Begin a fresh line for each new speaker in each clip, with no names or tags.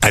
À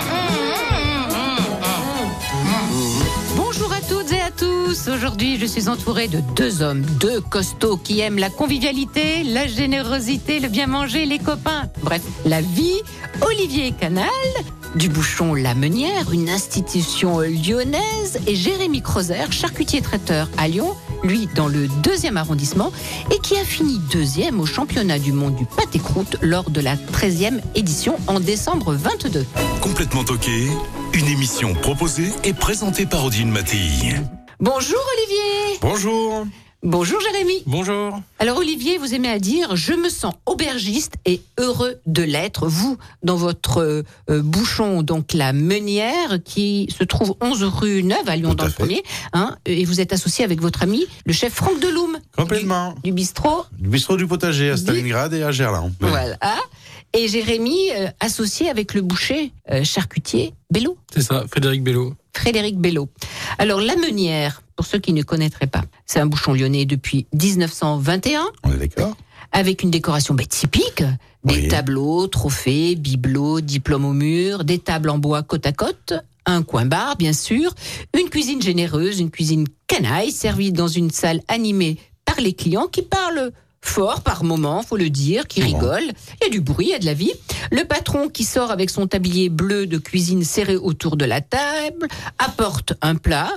Bonjour à toutes et à tous. Aujourd'hui, je suis entourée de deux hommes, deux costauds qui aiment la convivialité, la générosité, le bien manger, les copains. Bref, la vie. Olivier Canal, Dubuchon La Meunière, une institution lyonnaise, et Jérémy Crozer, charcutier traiteur à Lyon, lui dans le deuxième arrondissement, et qui a fini deuxième au championnat du monde du pâté croûte lors de la 13e édition en décembre 22.
Complètement toqué, une émission proposée et présentée par Odile Mattei.
Bonjour Olivier
Bonjour.
Bonjour Jérémy
Bonjour.
Alors Olivier, vous aimez à dire je me sens aubergiste et heureux de l'être. Vous, dans votre euh, euh, bouchon, donc la Meunière, qui se trouve 11 rue Neuve à Lyon
Tout
dans
à
le
fait.
premier, hein, et vous êtes associé avec votre ami, le chef Franck Deloum.
Complètement.
Du, du bistrot,
Du bistrot du potager à
Du-
Stalingrad et à Gerland.
voilà. Et Jérémy, euh, associé avec le boucher euh, charcutier Bello,
C'est ça, Frédéric Bello.
Frédéric Bello. Alors la Meunière, pour ceux qui ne connaîtraient pas, c'est un bouchon lyonnais depuis 1921.
On est d'accord
avec une décoration bah, typique, des
Oui.
tableaux, trophées, bibelots, diplômes au mur, des tables en bois côte à côte, un coin bar bien sûr, une cuisine généreuse, une cuisine canaille servie dans une salle animée par les clients qui parlent fort par moments, faut le dire, qui
Ah Bon.
rigolent, il y a du bruit, il y a de la vie. Le patron qui sort avec son tablier bleu de cuisine serré autour de la table, apporte un plat,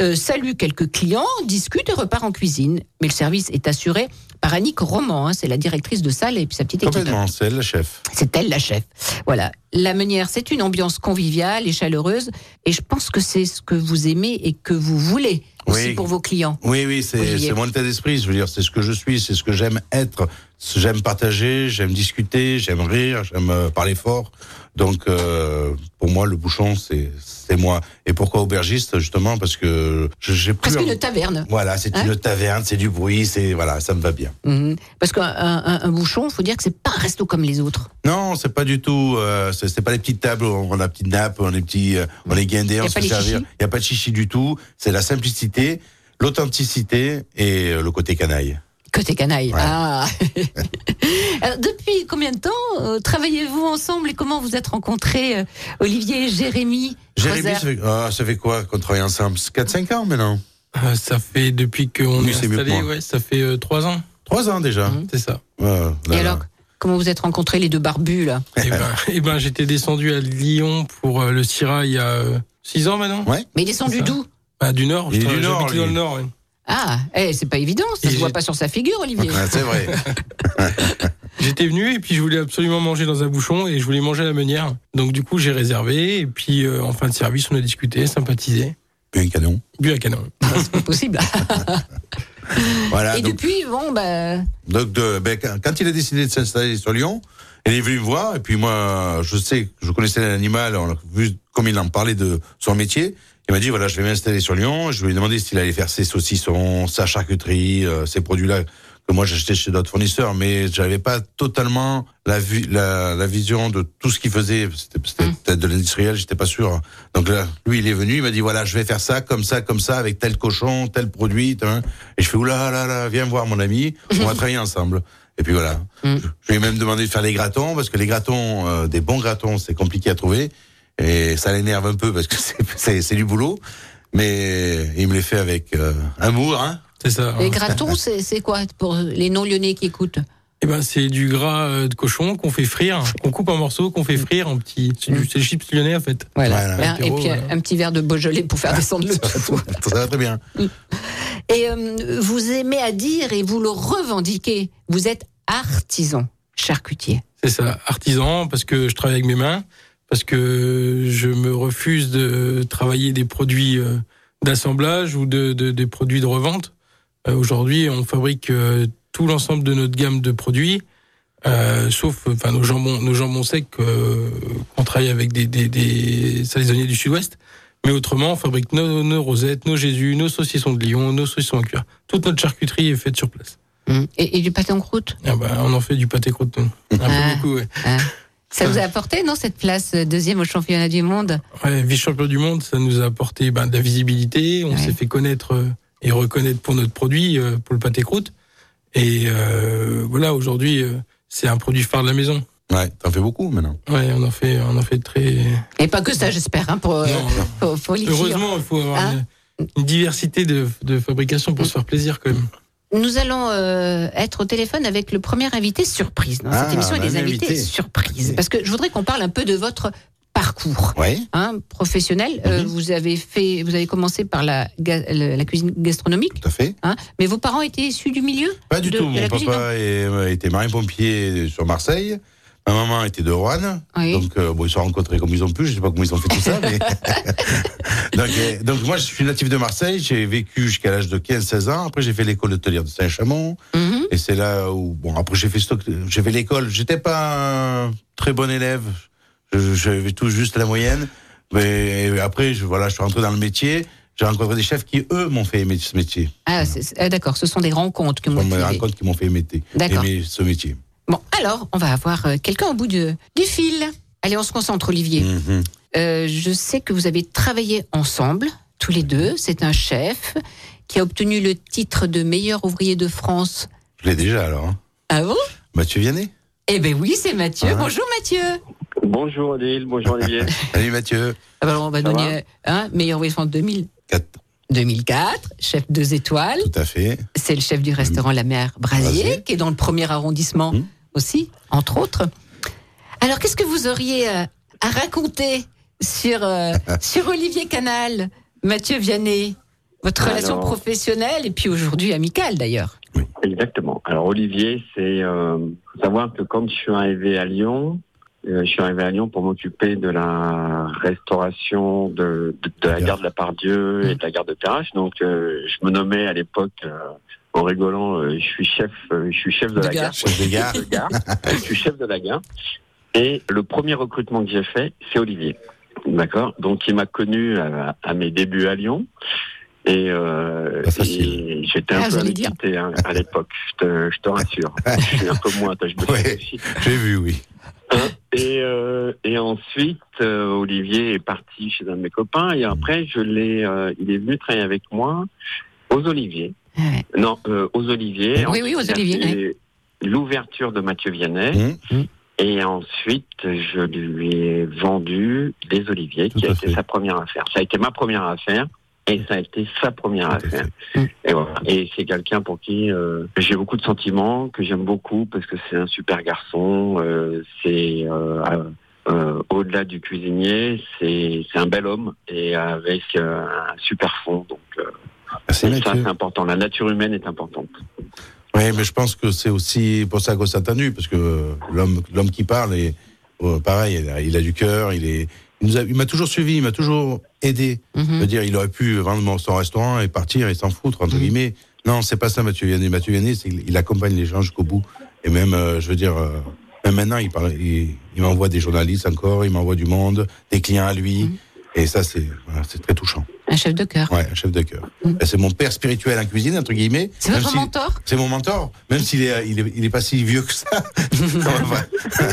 euh, salue quelques clients, discute et repart en cuisine. Mais le service est assuré par Annick Roman, hein, c'est la directrice de salle et puis sa petite équipe.
Complètement, c'est elle, le chef.
C'est elle la chef. Voilà. La meunière, c'est une ambiance conviviale et chaleureuse. Et je pense que c'est ce que vous aimez et que vous voulez aussi
Oui.
pour vos clients.
Oui, oui, c'est
Olivier.
c'est mon état d'esprit. Je veux dire, c'est ce que je suis, c'est ce que j'aime être. Ce- J'aime partager, j'aime discuter, j'aime rire, j'aime euh, parler fort. Donc, euh, pour moi, le bouchon, c'est c'est moi. Et pourquoi aubergiste Justement, parce que je- j'ai plus.
Presque
envie-
une taverne.
Voilà, c'est
Hein
une taverne, c'est du bruit, c'est voilà, ça me va bien.
Mhm. Parce qu'un un- un- un bouchon, faut dire que c'est pas un resto comme les autres.
Non, c'est pas du tout. Euh, c'est c'est pas les petites tables. où On a la petite nappe, on est petit, euh, on est guindé,
a
on
pas
se
les
fait servir.
chichis.
Il y a pas de chichi du tout. C'est la simplicité, l'authenticité et euh, le côté canaille.
Côté canaille.
Ouais.
Ah. Alors, depuis combien de temps euh, travaillez-vous ensemble et comment vous êtes rencontrés, euh, Olivier, Jérémy,
Jérémy,
Rosaire
ça fait, ah, ça fait quoi qu'on travaille ensemble 4-5 ans maintenant
Euh, ça fait depuis qu'on
Oui,
est
c'est mieux que
installé,
moi.
ouais, ça fait euh, trois ans,
3 ans
Mhm.
c'est
déjà.
ça.
Ouais, là,
Et
là.
alors, comment vous êtes rencontrés les deux barbus là
et ben, eh ben, j'étais descendu à Lyon pour euh, le Syrah il y a euh, six ans maintenant.
Ouais.
Mais ils sont
C'est
du
ça.
doux.
Bah, du Nord,
Il est
je
du
travaille-
Nord,
j'habite dans
lui.
le Nord. ouais.
Ah, eh, c'est pas évident, ça
Et
se voit
j'ai-
pas sur sa figure, Olivier.
Ouais, Ah, c'est vrai.
J'étais venu et puis je voulais absolument manger dans un bouchon et je voulais manger à la meunière. Donc du coup j'ai réservé et puis euh, en fin de service on a discuté, sympathisé,
Puis un canon.
bu à canon.
c'est pas possible.
Voilà.
Et
Ah, donc,
depuis, bon, bah,
donc, de- ben, quand quand il a décidé de s'installer sur Lyon, il est venu me voir. Et puis moi, je sais, que je connaissais l'animal. On a vu comme il en parlait de son métier. Il m'a dit voilà, je vais m'installer sur Lyon. Je lui ai demandé s'il allait faire ses saucissons, sa charcuterie, euh, ces produits-là que moi j'achetais chez d'autres fournisseurs, mais j'avais pas totalement la, vue la, la vision de tout ce qu'il faisait. C'était c'était
Mm.
peut-être de l'industriel, j'étais pas sûr. Donc là, lui, il est venu, il m'a dit voilà, je vais faire ça, comme ça, comme ça, avec tel cochon, tel produit. tel- Et je fais oula là là, viens voir mon ami, on va travailler ensemble. Et puis voilà.
Mm.
Je lui ai même demandé de faire les gratons parce que les gratons, euh, des bons gratons, c'est compliqué à trouver et ça l'énerve un peu parce que c'est- c'est c'est du boulot. Mais il me les fait avec euh, amour, hein.
C'est ça.
les gratons, c'est c'est quoi pour les non-lyonnais qui écoutent
Et ben c'est du gras euh, de cochon qu'on fait frire, qu'on coupe en morceaux, qu'on fait frire en petits. C'est du- c'est le chips lyonnais en fait.
Voilà.
Hein, Et
Apéro,
puis
voilà.
un petit verre de Beaujolais pour faire descendre le tout.
Ça va très bien.
Et euh, vous aimez à dire et vous le revendiquez, vous êtes artisan charcutier.
C'est ça, artisan, parce que je travaille avec mes mains, parce que je me refuse de travailler des produits euh, d'assemblage ou de, de- des produits de revente. Euh, Aujourd'hui, on fabrique euh, tout l'ensemble de notre gamme de produits, euh, sauf euh, enfin, nos, jambons, nos jambons secs euh, qu'on travaille avec des, des, des saisonniers du sud-ouest. Mais autrement, on fabrique nos, nos rosettes, nos Jésus, nos saucissons de Lyon, nos saucissons à cuir. Toute notre charcuterie est faite sur place.
Mm.
Hum. Et, et du pâté en croûte
Ah bah, on en fait du pâté croûte. nous. Un
Ah.
peu beaucoup, ouais.
Ça vous a apporté, non, cette place euh, deuxième au championnat du monde
Ouais, vice-champion du monde, ça nous a apporté ben, de la visibilité. On
Ouais.
s'est fait connaître euh, et reconnaître pour notre produit, euh, pour le pâté croûte. Et euh, voilà, aujourd'hui, euh, c'est un produit phare de la maison.
Ouais, t'en fais beaucoup maintenant.
Ouais, on en fait, on en fait très.
Et pas que ça, j'espère, hein, pour, euh,
Non, non.
faut- faut les dire.
Heureusement, il faut avoir
Hein
une, une diversité de, de fabrication pour se faire plaisir quand même.
Nous allons euh, être au téléphone avec le premier invité surprise dans
Ah,
cette émission et
bah,
des
un
invités
invité.
surprises. Parce que je voudrais qu'on parle un peu de votre parcours
Ouais.
hein, professionnel. Euh,
Mhm.
vous avez fait, vous avez commencé par la, ga- la la cuisine gastronomique,
Tout à fait.
hein, mais vos parents étaient issus du milieu
Pas du
de-
tout.
de
Mon
la cuisine, hein.
papa est- euh, était marin-pompier sur Marseille. Ma maman était de Roanne.
Oui.
Donc, euh, bon, ils se sont rencontrés comme ils ont pu. Je sais pas comment ils ont fait tout ça, mais. donc, euh, donc, moi, je suis natif de Marseille. J'ai vécu jusqu'à l'âge de 15-16 ans. Après, j'ai fait l'école hôtelière de Saint-Chamond.
Mhm.
Et c'est là où, bon, après, j'ai fait, stock- j'ai fait l'école. J'étais pas un très bon élève. Je- J'avais tout juste la moyenne. Mais après, je, voilà, je suis rentré dans le métier. J'ai rencontré des chefs qui, eux, m'ont fait aimer ce métier.
Ah, c'est- c'est- ah, d'accord, ce sont des rencontres que
On
vous
me
avez.
raconte qu'ils m'ont fait aimer,
D'accord.
aimer ce métier.
Bon, alors, on va avoir euh, quelqu'un au bout de- du fil. Allez, on se concentre, Olivier.
Mhm.
Euh, je sais que vous avez travaillé ensemble, tous les deux. C'est un chef qui a obtenu le titre de meilleur ouvrier de France.
Je l'ai déjà alors. hein.
Ah bon
Mathieu Vianney.
Eh ben oui, c'est Mathieu.
Ah.
Bonjour Mathieu.
Bonjour Odile, bonjour Olivier.
Salut Mathieu.
Ah ben, on va
Ça
donner un meilleur ouvrier de France 2000.
Quatre-
2004, chef deux étoiles.
Tout à fait.
C'est le chef du restaurant La Mère Brasier,
Brasier.
qui est dans le premier arrondissement
Mmh.
aussi, entre autres. Alors, qu'est-ce que vous auriez euh, à raconter sur, euh, sur Olivier Canal, Mathieu Vianney, votre
Alors.
relation professionnelle et puis aujourd'hui amicale d'ailleurs
Exactement. Alors Olivier, c'est euh, faut savoir que quand je suis arrivé à Lyon, euh, je suis arrivé à Lyon pour m'occuper de la restauration de, de, de la gare de la Pardieu et de la gare de Perrache. Donc euh, je me nommais à l'époque, euh, en rigolant, euh, je suis chef, euh, je suis chef de,
De
la
gare.
gare.
Chef de gare.
de gare. je suis chef de la gare. Et le premier recrutement que j'ai fait, c'est Olivier. D'accord. Donc il m'a connu à, à mes débuts à Lyon. Et, euh,
Pas facile.
et j'étais un
Ah,
peu
j'allais dire.
invité hein, à l'époque, je te, je te rassure. je suis un peu moins, toi, je me
Ouais.
fais aussi.
J'ai vu, oui.
Et, euh, et ensuite, euh, Olivier est parti chez un de mes copains et après, je l'ai, euh, il est venu travailler avec moi aux Oliviers.
Ouais.
Non, euh, aux
Oui,
Oliviers. Ensuite,
oui, aux
il a
Oliviers,
fait L'ouverture de Mathieu Vianney.
Mhm.
Mmh.
Et ensuite, je lui ai vendu les oliviers,
Tout
qui a
à
été
fait.
sa première affaire. Ça a été ma première affaire. Et ça a été sa première
Tout à
affaire.
Mm.
Et, voilà. et c'est quelqu'un pour qui euh, j'ai beaucoup de sentiments, que j'aime beaucoup parce que c'est un super garçon. euh, c'est euh, euh, euh, au-delà du cuisinier, c'est c'est un bel homme et avec euh, un super fond. Donc euh,
Merci
ça c'est
Mathieu.
important. La nature humaine est importante.
Oui, mais je pense que c'est aussi pour ça qu'on s'est attendu, parce que l'homme, l'homme qui parle est oh, pareil. Il a, il a du cœur. Il est. Il nous a- il m'a toujours suivi. Il m'a toujours aidé. Je veux
Mhm.
dire, il aurait pu vendre son restaurant et partir et s'en foutre, entre
Mhm.
guillemets. Non, c'est pas ça, Mathieu Vianney. Mathieu Vianney, c'est- il accompagne les gens jusqu'au bout. Et même, euh, je veux dire, euh, même maintenant, il, parle- il, il m'envoie des journalistes encore, il m'envoie du monde, des clients à lui.
Mhm.
Et ça, c'est voilà, c'est très touchant.
Un chef de cœur.
Ouais, un chef de cœur.
Mhm.
Et C'est mon père spirituel en cuisine, entre guillemets.
C'est
Même
votre
si-
mentor
c'est mon mentor, même s'il est, euh, il est, il est pas si vieux que ça. On va pas,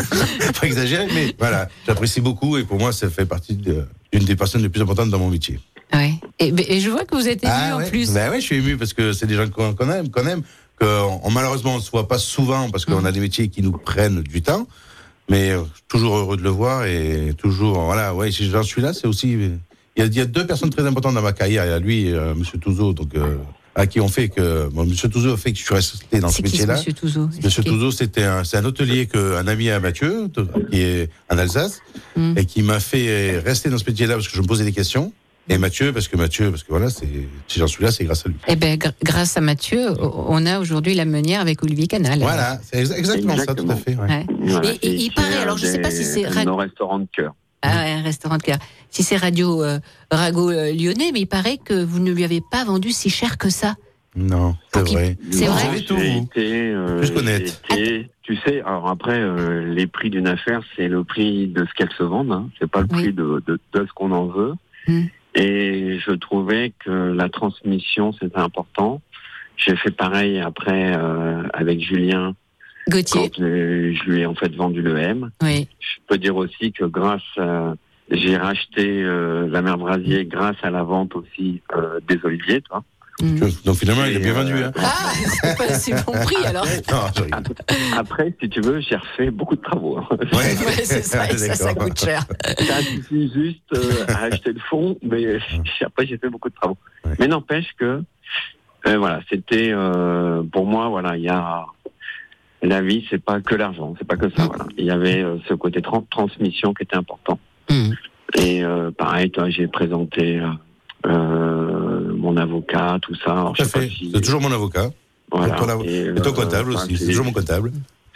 pas exagérer, mais voilà, j'apprécie beaucoup et pour moi, ça fait partie de- d'une des personnes les plus importantes dans mon métier.
Ouais. Et, ben, et je vois que vous êtes ému
Ah
en
ouais.
plus.
Ben ouais, je suis ému parce que c'est des gens qu'on qu'on aime, qu'on aime, qu'on on- malheureusement on ne se voit pas souvent parce
Hum.
qu'on a des métiers qui nous prennent du temps. Mais euh, toujours heureux de le voir et toujours voilà, ouais, si j'en suis là, c'est aussi il y, a, il y a deux personnes très importantes dans ma carrière, il y a lui et euh, monsieur Touzeau donc euh, à qui on fait que bon, monsieur Touzeau a fait que je suis resté dans ce
C'est qui ce
métier-là.
monsieur Touzeau
Monsieur
Expliquez.
Touzeau, c'était un, c'est un hôtelier que un ami à Mathieu, de- qui est en Alsace,
Mm.
et qui m'a fait rester dans ce métier-là parce que je me posais des questions. Et Mathieu, parce que Mathieu, parce que voilà, c'est, si j'en suis là, c'est grâce à lui.
Eh ben, gr- grâce à Mathieu, o- on a aujourd'hui la meunière avec Olivier Canal.
Voilà, c'est exa- exactement,
Exactement.
ça, tout à fait. ouais.
Ouais.
Voilà.
Et- et il
c'est
paraît,
un
alors, je sais
des-
pas si c'est
un de nos restaurants de cœur.
Ah ouais, un restaurant de cœur. Si c'est Radio euh, Rago euh, Lyonnais, mais il paraît que vous ne lui avez pas vendu si cher que ça.
Non, c'est
Pour qu'il-
vrai.
C'est
Non,
vrai
j'ai
Tout.
été, euh,
Plus connaître.
j'ai été- tu sais, alors après, euh, les prix d'une affaire, c'est le prix de ce qu'elle se vende. Hein. C'est pas le
Oui.
prix de, de, de ce qu'on en veut.
Mm.
Et je trouvais que la transmission, c'était important. J'ai fait pareil après euh, avec Julien
Gauthier.
quand euh, je lui ai en fait vendu le M.
Oui.
Je peux dire aussi que grâce à- j'ai racheté euh, la mère Brasier grâce à la vente aussi euh, des oliviers, toi.
Mm.
Donc finalement, il
Et,
est bien
euh,
vendu. Hein.
Ah, c'est pas si bon prix
Ah,
alors.
Non, je rigole.
Après, si tu veux, j'ai refait beaucoup de travaux. hein.
Mm. Ouais.
Ouais, c'est ça, et ça, ça
D'accord.
coûte cher.
Ça suffit juste euh, à acheter le fond, mais euh, après j'ai fait beaucoup de travaux.
Ouais.
Mais n'empêche que, euh, voilà, c'était euh, pour moi, voilà, il y a la vie, c'est pas que l'argent, c'est pas que
Mm.
ça. Voilà, il y avait euh, ce côté tran- transmission qui était important.
Mm.
Et euh, pareil, toi, j'ai présenté euh, euh, mon avocat, tout ça. Alors,
Tout
je
à
sais pas
fait.
si-
C'est toujours mon avocat.
voilà,
ton avo-
et,
Et ton
euh,
comptable
enfin,
aussi. C'est
c'est-
toujours mon comptable.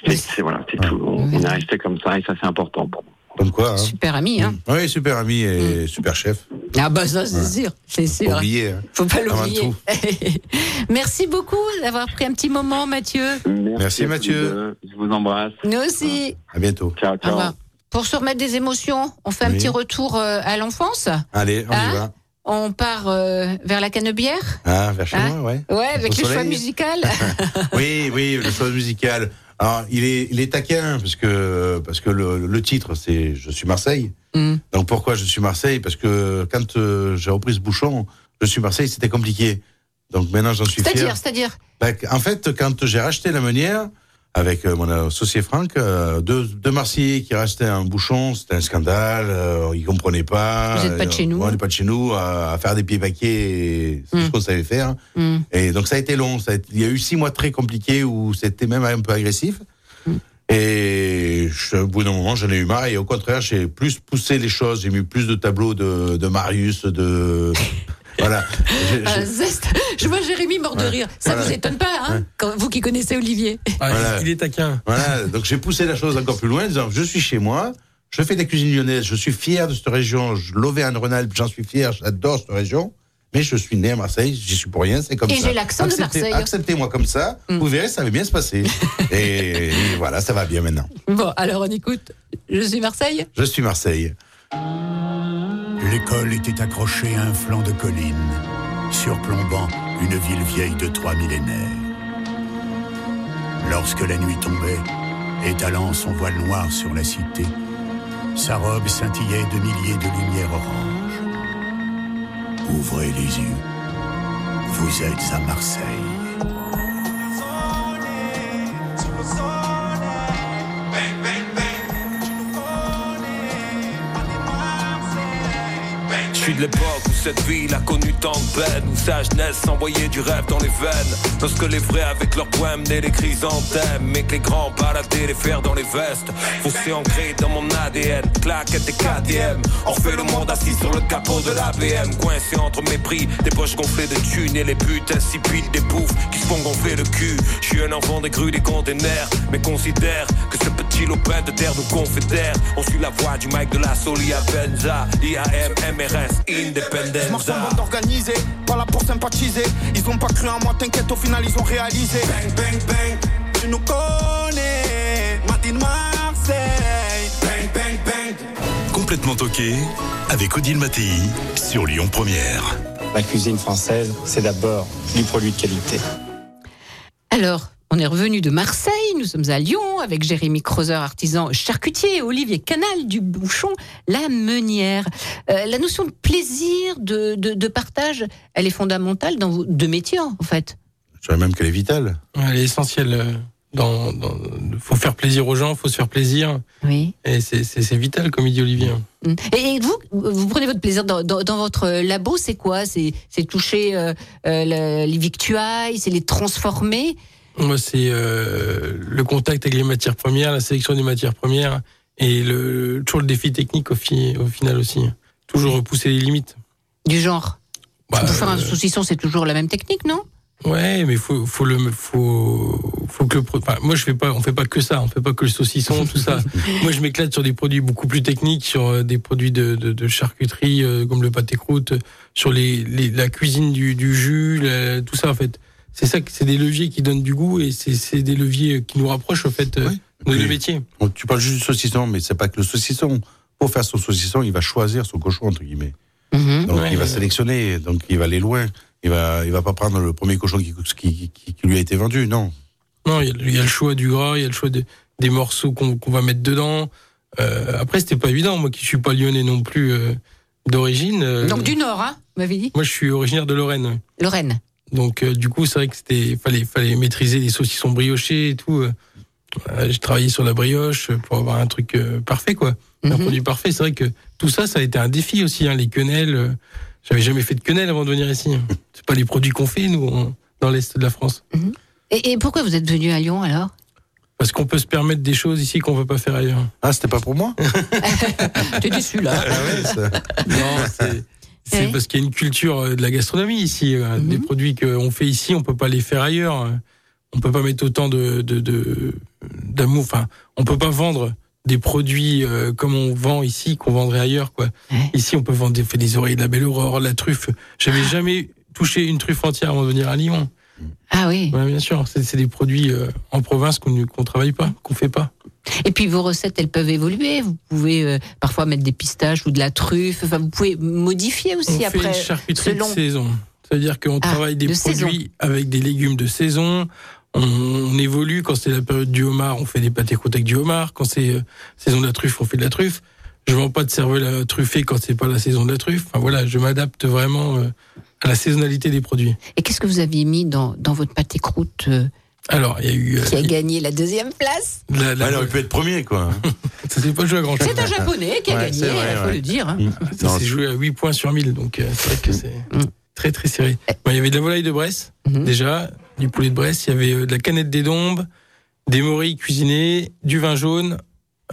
c'est- c'est- voilà, c'est
Ouais.
tout. On,
Ouais.
on est resté comme ça et ça, c'est important pour moi.
Comme quoi. Hein.
Super ami, hein.
Mm. Oui, super ami et super chef.
Ah bah ça c'est sûr, c'est
Pas
sûr.
oublié, hein.
Faut pas
Avant
l'oublier.
tout.
Merci beaucoup d'avoir pris un petit moment, Mathieu.
Merci,
à tous
Mathieu.
les deux. Je vous embrasse.
Nous aussi.
À bientôt.
Ciao,
Au
ciao.
revoir. Pour se remettre des émotions, on fait un
Ah. Oui.
petit retour euh, à l'enfance.
Allez, on
Hein
y va.
On part euh, vers la canebière.
Ah, vers chez
Hein
moi, ouais.
Ouais, avec
Au
les choix
soleil.
musicaux.
Oui, oui, le choix musical. Alors, il est, il est taquin parce que parce que le, le titre c'est Je suis Marseille.
Mm.
Donc pourquoi je suis Marseille Parce que quand euh, j'ai repris ce bouchon, je suis Marseille, c'était compliqué. Donc maintenant j'en suis fier.
C'est-à-dire, c'est-à-dire.
Bah, qu- en fait, quand j'ai racheté la meunière avec euh, mon associé Franck, euh, deux, deux Marseillais qui rachetaient un bouchon, c'était un scandale. euh, ils comprenaient pas.
Vous êtes pas de
Euh,
chez nous.
On n'est pas de chez nous à, à faire des pieds paquets. C'est tout
Mm.
ce qu'on savait faire.
Mm.
Et donc ça a été long. Ça a été- il y a eu six mois très compliqués où c'était même un peu agressif. Et je- au bout d'un moment, j'en ai eu marre. Et au contraire, j'ai plus poussé les choses. J'ai mis plus de tableaux de, de Marius, de voilà. J'ai-
Un
j'ai-
Ah, zeste. Je vois Jérémy mort de rire. Ça
Voilà.
vous étonne pas, hein, quand- vous qui connaissez Olivier.
Ah,
Voilà.
Il est taquin.
Voilà, donc j'ai poussé la chose encore plus loin en disant je suis chez moi, je fais de la cuisine lyonnaise, je suis fier de cette région, je l'Auvergne-Rhône-Alpes, j'en suis fier, j'adore cette région, mais je suis né à Marseille, j'y suis pour rien, c'est comme
Et
ça.
j'ai l'accent de
Acceptez-
Marseille. Mm.
Acceptez-moi comme ça, vous verrez, ça va bien se passer. et, et voilà, ça va bien maintenant.
Bon, alors on écoute. Je suis Marseille.
Je suis Marseille.
L'école était accrochée à un flanc de colline, surplombant une ville vieille de trois millénaires. Lorsque la nuit tombait, étalant son voile noir sur la cité, sa robe scintillait de milliers de lumières oranges. Ouvrez les yeux, vous êtes à Marseille.
Je suis de l'époque où cette ville a connu tant de peine Où sa jeunesse s'envoyait du rêve dans les veines Lorsque les vrais avec leurs poèmes et les chrysanthèmes Mais que les grands baladaient les fers dans les vestes Foncé ancré dans mon ADN Claquette et KDM On refait le monde assis sur le capot de la BM Coincé entre mes prix Des poches gonflées de thunes et les buts insipides Des bouffes qui se font gonfler le cul Je suis un enfant des grues des containers Mais considère que ce petit lopin de terre nous confédère On suit la voie du Mike de la Solia Benza IAM MRS
Je marche en
Independenza
bande organisée, pas là pour sympathiser. Ils ont pas cru en moi, t'inquiète, au final ils ont réalisé. Bang, bang, bang, tu nous connais, Martine Marseille. Bang, bang, bang.
Complètement toqué avec Odile Mattei sur Lyon Première.
La cuisine française, c'est d'abord du produit de qualité.
Alors, on est revenu de Marseille, nous sommes à Lyon avec Jérémy Creuser, artisan charcutier, et Olivier Canal du Bouchon, la meunière. Euh, la notion de plaisir, de, de- de partage, elle est fondamentale dans vos deux métiers en fait.
Je dirais même qu'elle est vitale.
Ouais, Elle est essentielle. euh, Dans, dans- faut faire plaisir aux gens, faut se faire plaisir.
Oui.
Et c'est- c'est c'est vital, comme il dit Olivier. hein.
Et, Hum. et vous, vous prenez votre plaisir dans, dans- dans votre labo, c'est quoi C'est c'est toucher euh, euh, le- les victuailles, c'est les transformer.
Moi, c'est euh, le contact avec les matières premières, la sélection des matières premières et le, toujours le défi technique au, fi- au final aussi. Toujours repousser les limites.
Du genre,
Bah,
pour faire un
euh,
saucisson, c'est toujours la même technique, non
ouais, mais faut, faut le, faut, faut que le. pro- enfin, moi, je fais pas. On fait pas que ça. On fait pas que le saucisson, tout ça. moi, je m'éclate sur des produits beaucoup plus techniques, sur euh, des produits de, de, de charcuterie euh, comme le pâté croûte, euh, sur les, les- la cuisine du, du jus, la- tout ça en fait. C'est ça, que- c'est des leviers qui donnent du goût et c'est c'est des leviers qui nous rapprochent en fait euh,
Oui.
de
Puis-
nos métiers.
Bon, tu parles juste du saucisson, mais c'est pas que le saucisson. Pour faire son saucisson, il va choisir son cochon, entre guillemets.
Mhm.
Donc
Ouais.
il va sélectionner, donc il va aller loin. il va, il va pas prendre le premier cochon qui, qui, qui- qui lui a été vendu, non.
Non, il y, a le- il y a le choix du gras, il y a le choix de- des morceaux qu'on qu'on va mettre dedans. Euh, après, c'était pas évident, moi qui suis pas lyonnais non plus euh, d'origine. euh,
Donc du Nord, hein, vous m'avez dit
Moi, je suis originaire de Lorraine.
Lorraine.
Donc, euh, du coup, c'est vrai que c'était fallait fallait maîtriser les saucissons briochés et tout. euh. Euh, J'ai travaillé sur la brioche pour avoir un truc euh, parfait, quoi, un
Mhm.
produit parfait. C'est vrai que tout ça, ça a été un défi aussi. Hein, les quenelles, euh, j'avais jamais fait de quenelles avant de venir ici. hein. C'est pas les produits qu'on fait nous en- dans l'est de la France,
Et, et pourquoi vous êtes venu à Lyon alors
parce qu'on peut se permettre des choses ici qu'on peut pas faire ailleurs.
Ah, c'était pas pour moi
T'es déçu là.
Ah ouais, ça-
Non, c'est- c'est
Ouais.
parce qu'il y a une culture euh, de la gastronomie ici. euh, Des
Mhm.
produits qu'on fait ici, on peut pas les faire ailleurs. euh, On peut pas mettre autant de de- de- d'amour. enfin, on peut pas vendre des produits euh, comme on vend ici qu'on vendrait ailleurs. Quoi.
Ouais.
Ici, on peut vendre des, fait des oreilles de la belle aurore, de la truffe. J'avais jamais touché une truffe entière avant de venir à Lyon.
Ah oui.
Ouais, bien sûr, c'est c'est des produits euh, en province qu'on ne- qu'on travaille pas, qu'on fait pas.
Et puis vos recettes, elles peuvent évoluer. Vous pouvez euh, parfois mettre des pistaches ou de la truffe. Enfin, vous pouvez modifier
On
aussi
fait
après.
une charcuterie
selon-
de saison. C'est-à-dire qu'on
Ah,
travaille des
de
produits
saison.
avec des légumes de saison. On, on évolue. Quand c'est la période du homard, on fait des pâtés croûtes avec du homard. Quand c'est euh, saison de la truffe, on fait de la truffe. Je vends pas de cervelle à truffer quand c'est pas la saison de la truffe. Enfin voilà, je m'adapte vraiment euh, à la saisonnalité des produits.
Et qu'est-ce que vous aviez mis dans, dans votre pâté croûte euh,
Alors, il y a eu euh,
qui a gagné la deuxième place
la- la-
Ouais, il aurait pu être premier, quoi.
ça s'est pas joué à grand chose.
C'est un japonais qui a
Ouais,
gagné,
c'est vrai,
il faut
ouais.
le dire. hein.
Ça
Non,
s'est joué à 8 points sur 1000, donc euh, c'est vrai que c'est
Mm. Eh.
très très serré. Bon, il y avait de la volaille de Bresse,
Mhm.
Mm.
déjà, du poulet de Bresse, il y avait euh, de la canette des dombes, des morilles cuisinées, du vin jaune,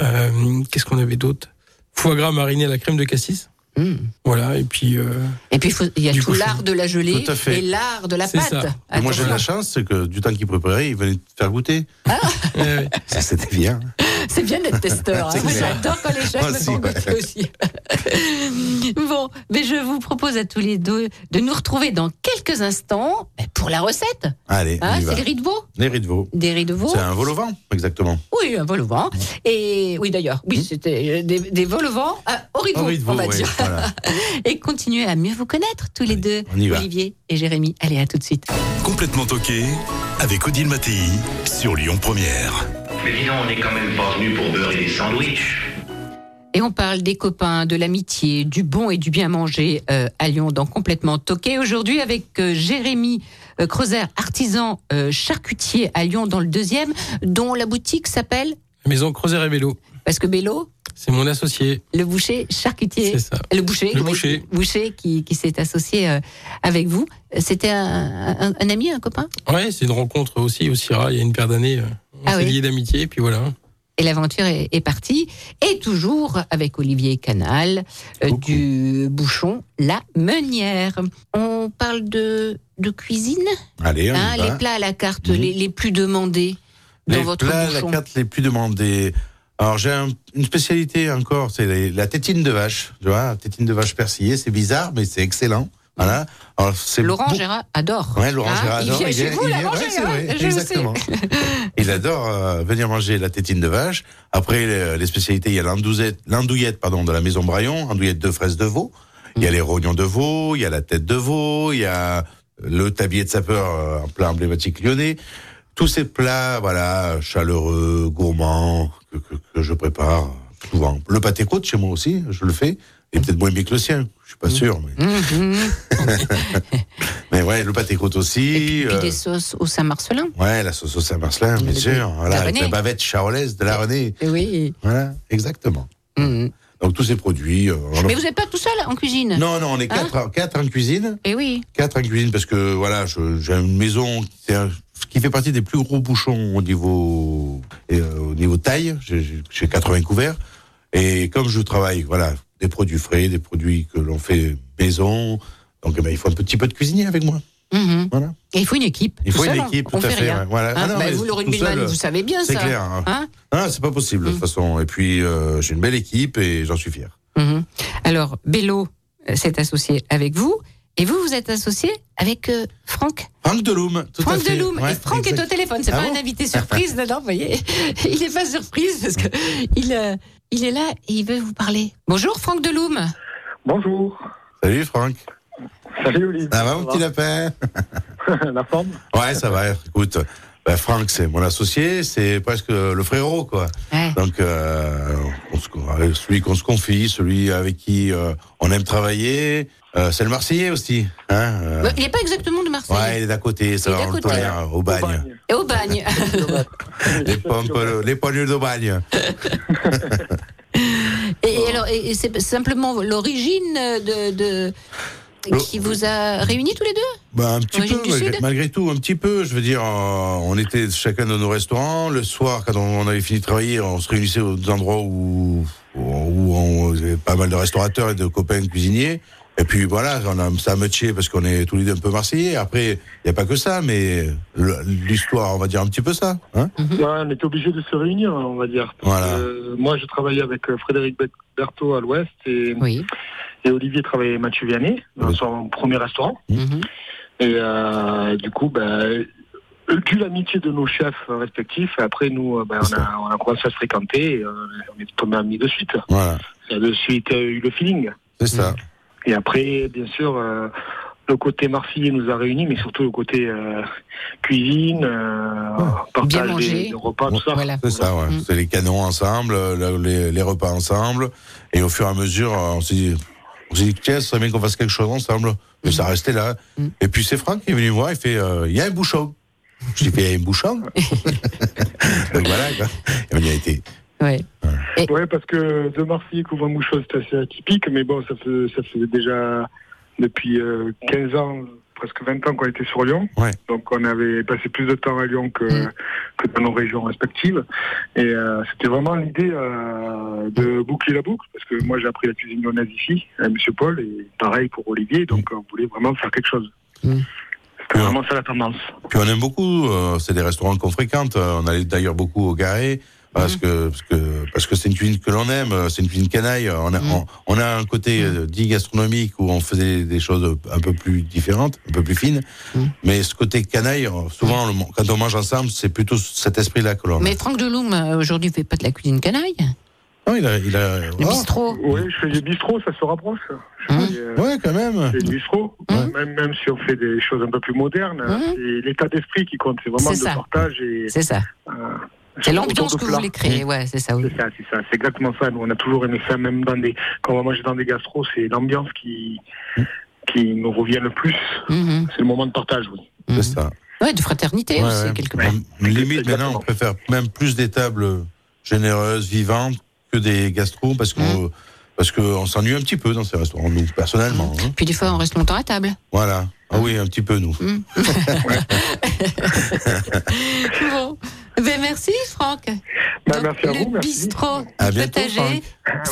euh, qu'est-ce qu'on avait d'autre Foie gras mariné à la crème de cassis.
Mm.
Voilà, et puis... euh,
Et puis il faut- il y a
Du
tout
coup,
l'art de la gelée
Tout à fait.
et l'art de la
C'est
pâte.
ça.
Et Moi, j'ai de la
Attention.
chance, c'est que du temps qu'il préparait, il venait te faire goûter.
euh,
Ça, c'était bien.
C'est bien d'être testeur. hein.
C'est
Moi,
clair.
J'adore quand les chefs
Moi
me
aussi,
font
ouais.
goûter aussi. bon, mais je vous propose à tous les deux de nous retrouver dans quelques instants ben, pour la recette.
Allez,
Hein,
on y va.
c'est les riz de veau,
Les riz de veau.
des riz de veau.
C'est un vol au vent, exactement.
Oui, un vol au vent. Et oui, d'ailleurs, oui, c'était euh, des, des vols au vent euh, au riz de
Hmm. Au
veau,
riz de veau,
on va
ouais,
dire.
voilà.
Et continuez à mieux vous connaître tous les deux,
on y va.
Olivier et Jérémy. Allez, à tout de suite.
Complètement toqué avec Odile Mattei sur Lyon Première.
Mais dis donc, on n'est quand même pas venu pour beurrer des sandwichs.
Et on parle des copains, de l'amitié, du bon et du bien manger euh, à Lyon dans Complètement Toqué. Aujourd'hui avec euh, Jérémy euh, Creuser, artisan euh, charcutier à Lyon dans le deuxième, dont la boutique s'appelle,
maison Creuser et Vélo,
parce que Bélo,
c'est mon associé,
le boucher charcutier.
c'est ça.
Le boucher,
Le
oui,
boucher.
Boucher qui, qui s'est associé euh, avec vous. C'était un, un- un ami, un copain
Ouais, c'est une rencontre aussi au Sierra, il y a une paire d'années, euh, on
Ah
s'est
oui.
liés d'amitié, et puis voilà.
Et l'aventure est, est partie. Et toujours avec Olivier Canal euh,
Coucou.
du Bouchon La Meunière. On parle de, de cuisine,
Allez, on
hein,
y va.
les plats à la carte
Mhm.
les, les plus demandés dans
bah, Les
votre
plats, la
bouchon.
carte les plus demandés. Alors j'ai un- une spécialité encore, c'est les- la tétine de vache. Tu vois, la tétine de vache persillée, c'est bizarre, mais c'est excellent. Voilà. Alors c'est
Laurent
beau-
Gérard adore.
Ouais, Laurent
Hein,
Gérard
il
adore.
vient chez
est-
vous,
il
là,
est-
Laurent
ouais, c'est
Gérard,
vrai,
je le sais.
exactement. il adore euh, venir manger la tétine de vache. Après les, les spécialités, il y a l'andouzette- l'andouillette, pardon, de la maison Braillon, andouillette de fraises de veau. Il y
Mm.
a les rognons de veau, il y a la tête de veau, il y a le tablier de sapeur, euh, un plat emblématique lyonnais. Tous ces plats, voilà, chaleureux, gourmands, que, que- que je prépare souvent. Le pâté côte, chez moi aussi, je le fais. Il est peut-être moins bien que le sien, je suis
Mm.
pas sûr. Mais,
Mhm.
mais ouais, le pâté côte aussi.
Et puis, puis
euh,
des sauces au Saint-Marcelin.
Ouais, la sauce au Saint-Marcelin, bien
Le-
sûr. Voilà, avec
Renée.
la bavette charolaise de la Renée.
Oui.
Voilà, exactement.
Mhm.
Donc tous ces produits. euh, on en-
Mais vous Ah. n'êtes pas tout seul en cuisine
Non, non, on est quatre, en- quatre en cuisine.
Eh oui.
Quatre en cuisine parce que voilà, je- j'ai une maison qui- c'est un- qui fait partie des plus gros bouchons au niveau, et, euh, au niveau taille. J'ai- J'ai j'ai 80 couverts. Et comme je travaille, voilà, des produits frais, des produits que l'on fait maison. Donc eh ben, il faut un petit peu de cuisinier avec moi.
Mhm.
Voilà.
Et il faut une équipe.
Il
Tout
faut une
seul, on-
équipe,
on
tout à
fait
fait.
rien.
ouais, voilà.
Hein,
Ah non,
bah,
mais
vous, le
tout
rugbyman,
seul,
vous savez bien
C'est
ça.
clair. hein.
Hein Mm.
Ah, c'est pas possible, de toute façon. Et puis, euh, j'ai une belle équipe et j'en suis fier.
Mhm. Alors, Bello euh, s'est associé avec vous. Et vous, vous êtes associé avec euh, Franck
Franck Deloum, tout à
Franck
fait.
Deloum.
Ouais,
et Franck
exact.
est au téléphone. C'est
Ah
pas
bon
un invité surprise, non, non, vous voyez. Il n'est pas surprise parce que il, euh, il est là et il veut vous parler. Bonjour, Franck Deloum.
Bonjour.
Salut Franck.
Salut Olivier.
Ça va, mon petit lapin
La forme
Ouais, ça va. Écoute, ben, Franck, c'est mon associé, c'est presque le frérot, quoi.
Ouais.
Donc, euh, on se- avec celui qu'on se confie, celui avec qui euh, on aime travailler, euh, c'est le Marseillais aussi. Hein euh,
Il n'est pas exactement de Marseille.
ouais, il est d'à côté, ça
Il est
va,
d'à
on
côté.
le tolère, hein, au bagne.
Et au bagne.
Les pompes, euh, les poignons de bagne.
Et, et alors, et- et c'est simplement l'origine de, de- qui vous a réunis tous les deux
Bah, un petit
Origine
peu,
du
malgré,
Sud
malgré tout, un petit peu. Je veux dire, euh, on était chacun dans nos restaurants. Le soir, quand on on avait fini de travailler, on se réunissait aux endroits où, où on avait pas mal de restaurateurs et de copains cuisiniers. Et puis voilà, on a, ça a matché parce qu'on est tous les deux un peu marseillais. Après, il n'y a pas que ça, mais le- l'histoire, on va dire un petit peu ça. Hein
Ouais, on était obligé de se réunir, on va dire. Parce
Voilà.
que, euh, moi, je travaillais avec euh, Frédéric Bet- Berthaud à l'ouest et, et Olivier travaillait avec Mathieu Vianney dans son premier restaurant.
Mhm.
Et euh, du coup, bah, euh, dû l'amitié de nos chefs euh, respectifs, après, nous, euh, bah, on, a, on a commencé à se fréquenter et euh, on est tombés amis de suite.
Voilà,
On a de suite euh, eu le feeling.
c'est ça.
Et après, bien sûr, euh, le côté marseillais nous a réunis, mais surtout le côté euh, cuisine, euh, partage des, des repas, tout ça.
C'est ça, ouais. C'est les canons ensemble, euh, le- les, les repas ensemble. Et au fur et à mesure, euh, on s'est dit, on s'est dit, tiens, ce serait bien qu'on fasse quelque chose ensemble. Mais ça restait là. Et puis c'est Franck qui est venu me voir, il fait, euh, il y a un bouchon. Je lui ai fait, il y a un bouchon. Donc voilà, quoi. Et on y a été.
Ouais.
Ouais, parce que de Marseille couvre Mouchon, c'est assez atypique, mais bon, ça fait, ça faisait déjà depuis euh, 15 ans, presque 20 ans qu'on était sur Lyon. Donc on avait passé plus de temps à Lyon que,
Mm.
que dans nos régions respectives. Et euh, c'était vraiment l'idée euh, de boucler la boucle, parce que moi j'ai appris la cuisine lyonnaise ici, à M. Paul, et pareil pour Olivier, donc on voulait vraiment faire quelque chose. C'était vraiment ça la tendance.
Puis on aime beaucoup, euh, c'est des restaurants qu'on fréquente. Euh, On allait d'ailleurs beaucoup au Garé. Parce que parce que parce que c'est une cuisine que l'on aime, euh, c'est une cuisine canaille. Euh, On a on, on a un côté euh, dit gastronomique où on faisait des choses un peu plus différentes, un peu plus fines. Mais ce côté canaille, euh, souvent on le- quand on mange ensemble, c'est plutôt cet esprit-là que l'on. a.
Mais Franck Deloum, euh, aujourd'hui, ne fait pas de la cuisine canaille.
Non, Ah, il a il a
Le
oh, Ah,
bistrot. Mhm.
Oui, je fais des bistrots, ça se rapproche.
ouais, quand même.
Mm.
Des bistrots, même, même si on fait des choses un peu plus modernes, c'est l'état d'esprit qui compte, c'est vraiment
Mm. C'est
le
ça.
partage et.
C'est ça.
euh,
C'est
autour
l'ambiance
de
que vous
plats.
voulez créer, ouais, c'est ça.
C'est ça, c'est ça, c'est exactement ça. Nous, on a toujours aimé ça, même dans des, quand on va manger dans des gastros, c'est l'ambiance qui,
Mm.
qui nous revient le plus. C'est le moment de partage, oui.
c'est ça.
Mhm, Ouais, de fraternité
Ouais,
aussi,
ouais.
quelque
Ouais.
part.
Limite, maintenant, on préfère même plus des tables généreuses, vivantes, que des gastros, parce qu'on
Mhm.
parce qu'on s'ennuie un petit peu dans ces restaurants, nous, personnellement. hein.
Mhm. Puis des fois, on reste longtemps à table.
Voilà. Ah oui, un petit peu, nous.
bon. Ben, merci, Franck. Donc,
merci à
le
vous, merci. Ah,
bistrot
À bientôt,
potager.